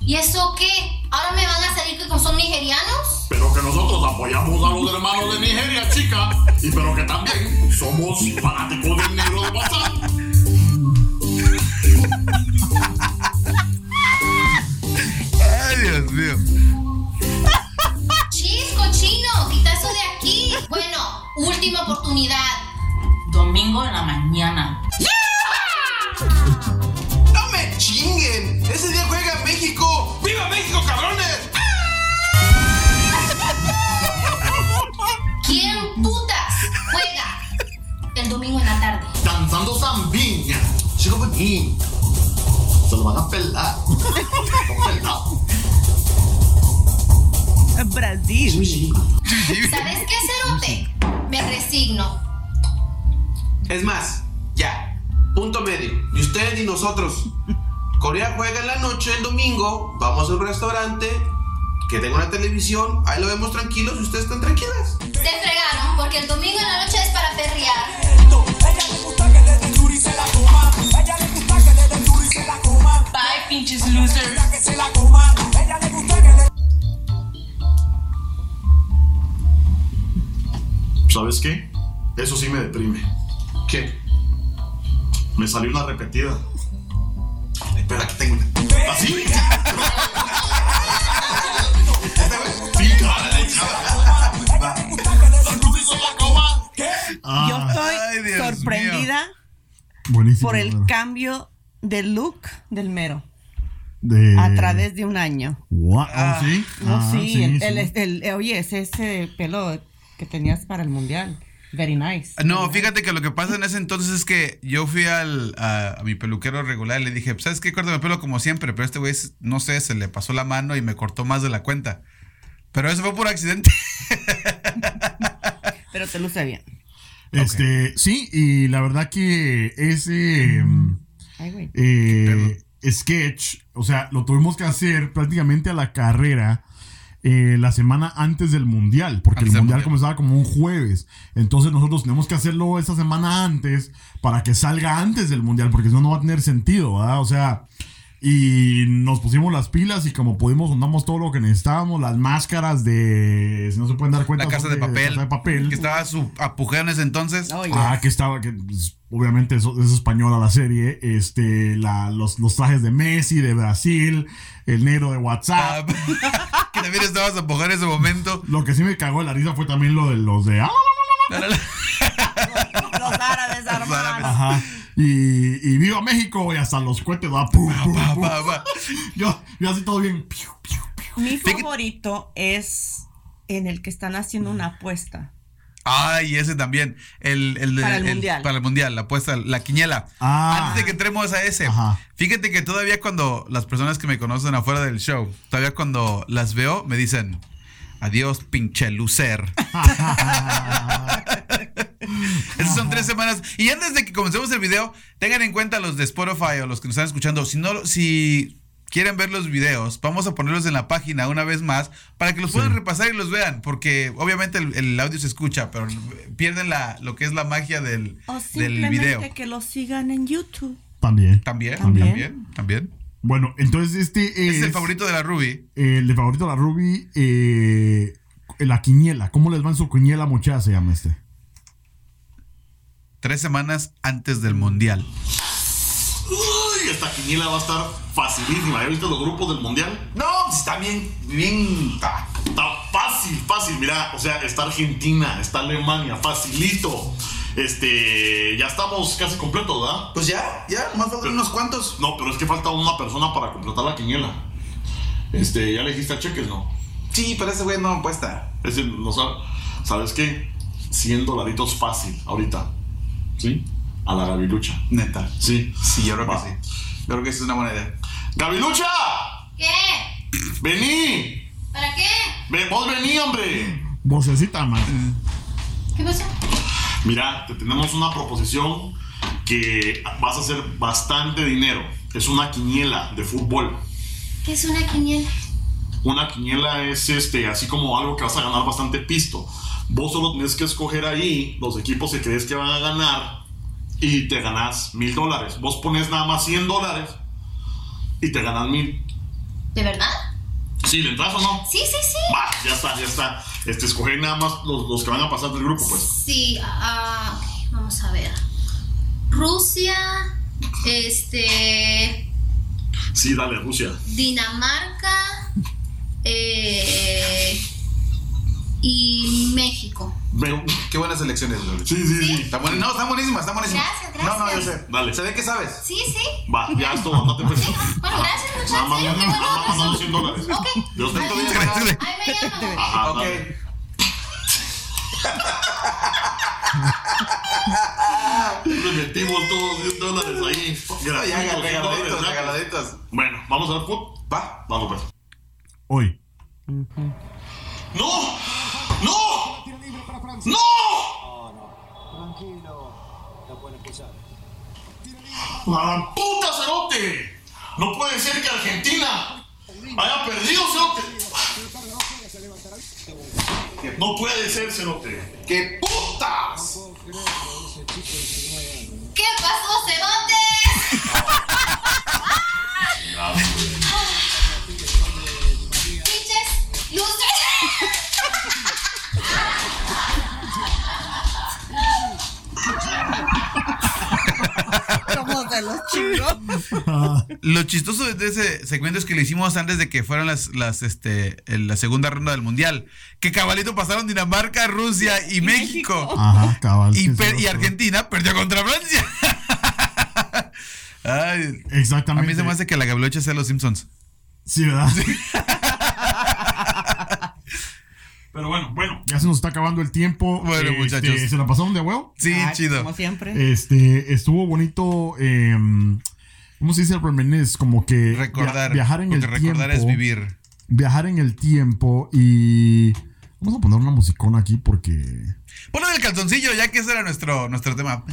Speaker 11: ¿Y eso qué? ¿Ahora me van a salir que son nigerianos?
Speaker 7: Pero que nosotros apoyamos a los hermanos de Nigeria, chica. Y pero que también somos fanáticos del negro de WhatsApp.
Speaker 2: Ay, Dios mío.
Speaker 11: Chis, cochino, quita eso de aquí. Bueno, última oportunidad.
Speaker 17: Domingo en la mañana.
Speaker 16: ¡No me chinguen! ¡Ese día juega México! ¡Viva México, cabrones!
Speaker 11: ¿Quién putas juega el domingo en la tarde?
Speaker 7: Danzando zambiña. Chico bonito. Se lo van a
Speaker 3: [LAUGHS]
Speaker 7: pelar.
Speaker 3: [LAUGHS] Brasil.
Speaker 11: ¿Sabes qué, Cerote? Me resigno.
Speaker 16: Es más, ya. Punto medio. Ni ustedes ni nosotros. Corea juega en la noche el domingo. Vamos a un restaurante que tenga una televisión. Ahí lo vemos tranquilos y ustedes están tranquilas.
Speaker 11: Se fregaron porque el domingo en la noche es para perrear.
Speaker 17: Bye, pinches losers.
Speaker 7: ¿Sabes qué? Eso sí me deprime. ¿Qué? Me salió una repetida. Espera, que tengo una. ¿Así?
Speaker 3: Yo estoy sorprendida
Speaker 1: Buenísimo.
Speaker 3: por el
Speaker 1: ¿verdad?
Speaker 3: cambio de look del mero.
Speaker 1: De-
Speaker 3: A través de un año.
Speaker 1: What? Ah, sí.
Speaker 3: No,
Speaker 1: Ah,
Speaker 3: sí, el- el-
Speaker 1: sí.
Speaker 3: el- el- oye, es ese pelo que tenías para el mundial. Very nice.
Speaker 2: Ah, No, fíjate que lo que pasa en ese entonces es que yo fui al, a, a mi peluquero regular y le dije, ¿sabes qué? Córtame el pelo como siempre, pero este güey, es- no sé, se le pasó la mano y me cortó más de la cuenta. Pero eso fue por accidente.
Speaker 3: Pero te luce bien.
Speaker 1: Este, sí, y la verdad que ese em,
Speaker 3: Ay, güey.
Speaker 1: eh, sketch, o sea, lo tuvimos que hacer prácticamente a la carrera eh, la semana antes del mundial, porque el mundial, comenzaba como un jueves. Entonces nosotros tenemos que hacerlo esa semana antes para que salga antes del mundial, porque si no, no va a tener sentido, ¿verdad? O sea, y nos pusimos las pilas y como pudimos, juntamos todo lo que necesitábamos, las máscaras de, si no se pueden dar cuenta,
Speaker 2: La casa
Speaker 1: son
Speaker 2: de papel.
Speaker 1: Casa de papel.
Speaker 2: Que estaba a su apogeo en ese entonces.
Speaker 3: [LAUGHS]
Speaker 1: Ah, que estaba, que pues, obviamente eso- es española la serie. Este, la, los, los trajes de Messi, de Brasil, el negro de WhatsApp.
Speaker 2: Ah, [LAUGHS] que también estabas a en ese momento.
Speaker 1: Lo que sí me cagó de la risa fue también lo de los de. ah, Ajá. Y, y viva México y hasta los cohetes va pum, pum, pum. Yo, yo así todo bien. piu, piu.
Speaker 3: Mi favorito es en el que están haciendo una apuesta.
Speaker 2: Ay, ese también. El, el de-
Speaker 3: Para el Mundial.
Speaker 2: Para el mundial, la apuesta, la quiniela. Antes de que entremos a ese, fíjate que todavía cuando las personas que me conocen afuera del show, todavía cuando las veo, me dicen, adiós, pinche lucer. Esas son tres semanas. Y antes de que comencemos el video, tengan en cuenta los de Spotify o los que nos están escuchando. Si no, si quieren ver los videos, vamos a ponerlos en la página una vez más para que los puedan repasar y los vean. Porque obviamente el, el audio se escucha, pero pierden la, lo que es la magia del,
Speaker 3: O
Speaker 2: del video.
Speaker 3: simplemente que lo sigan en YouTube.
Speaker 1: También.
Speaker 2: También,
Speaker 1: También.
Speaker 2: también, también.
Speaker 1: Bueno, entonces este es.
Speaker 2: Es el favorito de la Ruby.
Speaker 1: eh, el de favorito de la Ruby. eh, la quiniela. ¿Cómo les va en su quiniela, muchacha? Se llama este.
Speaker 2: Tres semanas antes del mundial.
Speaker 7: Uy, esta quiniela va a estar facilísima. ¿Ya viste los grupos del mundial? No, pues está bien, bien. Está, está fácil, fácil. Mira, o sea, está Argentina, está Alemania, facilito. Este, ya estamos casi completos, ¿verdad? Pues ya, ya, más faltan unos cuantos. No, pero es que falta una persona para completar la quiniela. Este, ya le dijiste a Cheques, ¿no? Sí, pero ese güey no apuesta. Ese no sabe. ¿Sabes qué? 100 dolaritos fácil ahorita. ¿Sí? A la Gavilucha. Neta. Sí. Sí, yo creo que sí. Yo creo que es una buena idea. ¡Gavilucha!
Speaker 11: ¿Qué?
Speaker 7: ¡Vení!
Speaker 11: ¿Para qué?
Speaker 7: Ve- ¡Vos vení, hombre!
Speaker 1: Vocecita, man.
Speaker 11: ¿Qué pasó?
Speaker 7: Mira, te tenemos una proposición que vas a hacer bastante dinero. Es una quiniela de fútbol.
Speaker 11: ¿Qué es una quiniela?
Speaker 7: Una quiniela es este, así como algo que vas a ganar bastante pisto. Vos solo tenés que escoger ahí los equipos que crees que van a ganar y te ganás mil dólares. Vos pones nada más 100 dólares y te ganas mil.
Speaker 11: ¿De verdad?
Speaker 7: ¿Sí le entras o no?
Speaker 11: Sí, sí, sí.
Speaker 7: Va, ya está, ya está. Este, escoger nada más los, los que van a pasar del grupo, pues.
Speaker 11: Sí, ah, ok, vamos a ver. Rusia, este,
Speaker 7: Sí, dale, Rusia.
Speaker 11: Dinamarca eh, y México.
Speaker 16: Qué buenas elecciones, Loli.
Speaker 7: Sí, sí, sí.
Speaker 16: Está buena- No, están buenísimas, están buenísimas.
Speaker 11: Gracias, gracias.
Speaker 16: No, no, yo sé.
Speaker 7: Dale.
Speaker 16: Se ve que sabes.
Speaker 11: Sí, sí.
Speaker 7: Va, ya esto, no te preocupes.
Speaker 11: Bueno, gracias, muchachos.
Speaker 7: Nada más,
Speaker 11: Yo tengo
Speaker 7: nada más
Speaker 11: razón.
Speaker 7: mandando 100 dólares.
Speaker 11: Ok.
Speaker 7: Dios te
Speaker 11: Ahí
Speaker 7: bendiga.
Speaker 11: me llamo.
Speaker 7: Ajá, dale. [LAUGHS] Le metimos todos 10 dólares ahí.
Speaker 16: Ya, ya,
Speaker 7: Gratuitos,
Speaker 16: regaladitos,
Speaker 7: dólares,
Speaker 16: regaladitos.
Speaker 7: Bueno, vamos al fútbol. Va, vamos pues.
Speaker 1: Hoy.
Speaker 7: ¡No! ¡No! ¡No! ¡La puta cerote! No puede ser que Argentina haya perdido cerote. No puede ser cerote. ¡Qué putas!
Speaker 11: ¿Qué pasó, Cerote? Pinches luces.
Speaker 3: Como de los chicos.
Speaker 2: Lo chistoso de ese segmento es que lo hicimos antes de que fueran las, las, este, en la segunda ronda del mundial. Que cabalito pasaron Dinamarca, Rusia y, México.
Speaker 1: Ajá, cabal.
Speaker 2: Y,
Speaker 1: sí,
Speaker 2: per-
Speaker 1: sí,
Speaker 2: y
Speaker 1: sí.
Speaker 2: Argentina perdió contra Francia. Ay,
Speaker 1: Exactamente.
Speaker 2: A mí se me hace que la gablocha sea los Simpsons.
Speaker 1: Sí, ¿verdad?
Speaker 2: [LAUGHS]
Speaker 1: Pero bueno, bueno. Ya se nos está acabando el tiempo.
Speaker 2: Bueno,
Speaker 1: Este,
Speaker 2: muchachos.
Speaker 1: ¿Se la pasaron de huevo?
Speaker 2: Sí, Eh,
Speaker 3: Ay, Como siempre.
Speaker 1: Este, estuvo bonito. eh, ¿Cómo se dice reminisce? Como que via-
Speaker 2: Recordar.
Speaker 1: viajar en el
Speaker 2: porque recordar
Speaker 1: tiempo.
Speaker 2: es vivir.
Speaker 1: Viajar en el tiempo y. Vamos a poner una musicona aquí porque.
Speaker 2: Ponlo del calzoncillo, ya que ese era nuestro, nuestro tema.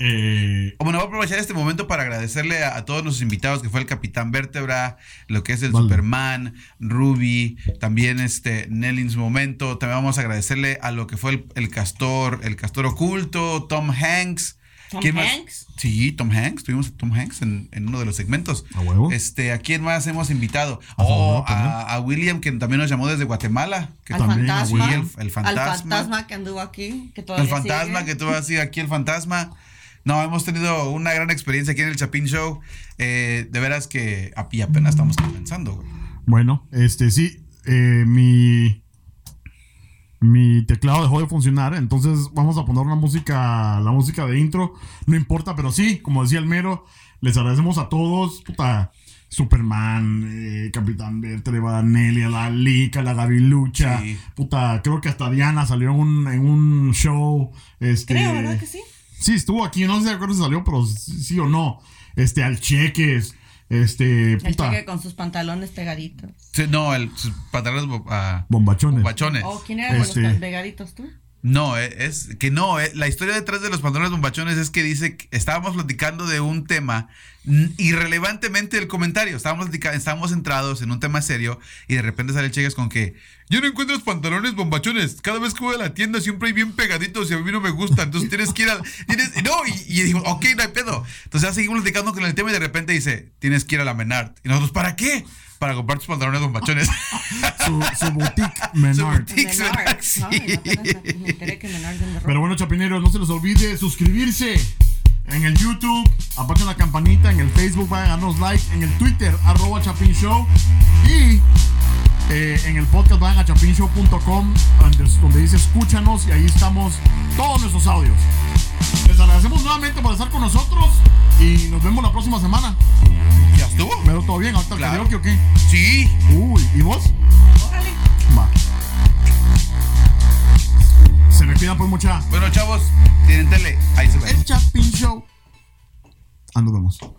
Speaker 1: eh,
Speaker 2: Bueno, voy a aprovechar este momento para agradecerle a, a todos nuestros invitados, que fue el Capitán Vértebra, lo que es el Superman, Ruby, también este Nelly en su momento. También vamos a agradecerle a lo que fue el, el Castor, el Castor Oculto, Tom Hanks.
Speaker 3: ¿Tom
Speaker 2: más?
Speaker 3: Hanks?
Speaker 2: Sí, Tom Hanks. Tuvimos a Tom Hanks en, en uno de los segmentos.
Speaker 1: ¿A huevo?
Speaker 2: Este, ¿a quién más hemos invitado? Oh, a, a William, que también nos llamó desde Guatemala. Que
Speaker 3: Al
Speaker 2: también a
Speaker 3: fantasma.
Speaker 2: William, el
Speaker 3: Al fantasma que anduvo aquí. Que todavía
Speaker 2: el fantasma
Speaker 3: sigue.
Speaker 2: que tú vas a decir aquí, el fantasma. No, hemos tenido una gran experiencia aquí en el Chapín Show. Eh, de veras que ap- y apenas estamos comenzando, güey.
Speaker 1: Bueno, este sí, eh, mi mi teclado dejó de funcionar, entonces vamos a poner una música, la música de intro, no importa, pero sí, como decía el mero, les agradecemos a todos, puta, Superman, eh, Capitán Vértebra, a Nelly, a la Lica, a la Gavilucha, puta, creo que hasta Diana salió en un, en un show, este,
Speaker 3: Creo, ¿verdad que sí?
Speaker 1: Sí, estuvo aquí, no sé de acuerdo si salió, pero sí, sí o no, este, al Cheques, este,
Speaker 3: El
Speaker 1: puta,
Speaker 3: cheque con sus pantalones pegaditos.
Speaker 2: Sí, no, el sus pantalones bo- ah,
Speaker 1: bombachones.
Speaker 2: bombachones.
Speaker 3: ¿O Oh, quién eran
Speaker 2: Este,
Speaker 3: los pegaditos tú?
Speaker 2: No, eh, es, que no, eh, la historia detrás de los pantalones bombachones es que dice que estábamos platicando de un tema mm, irrelevantemente el comentario. Estábamos, platica- estábamos centrados en un tema serio y de repente sale Chegas con que yo no encuentro los pantalones bombachones. Cada vez que voy a la tienda siempre hay bien pegaditos y a mí no me gusta. Entonces tienes que ir a. tienes- no, y, y digo, ok, no hay pedo. Entonces ya seguimos platicando con el tema y de repente dice, tienes que ir a la Menard. Y nosotros, ¿para qué? Para comprar tus pantalones bombachones. [LAUGHS]
Speaker 1: su, su boutique menor.
Speaker 2: boutique,
Speaker 3: Menards,
Speaker 2: [LAUGHS] sí.
Speaker 3: Ay, apenas me- me enteré que Menards vende ropa.
Speaker 1: Pero bueno, chapineros, no se les olvide suscribirse en el YouTube, apachen la campanita, en el Facebook, vayan a darnos like, en el Twitter, arroba Chapin Show, y eh, en el podcast vayan a chapinshow.com, donde, donde dice escúchanos, y ahí estamos todos nuestros audios. Les agradecemos nuevamente por estar con nosotros, y nos vemos la próxima semana.
Speaker 2: ¿Ya estuvo?
Speaker 1: Pero todo bien, ahorita el karaoke o qué?
Speaker 2: Sí.
Speaker 1: Uy, ¿y vos? Va. Se me pida por mucha.
Speaker 2: Bueno, chavos, tienen tele. Ahí se ven.
Speaker 1: El Chapin Show. Ah, nos vemos.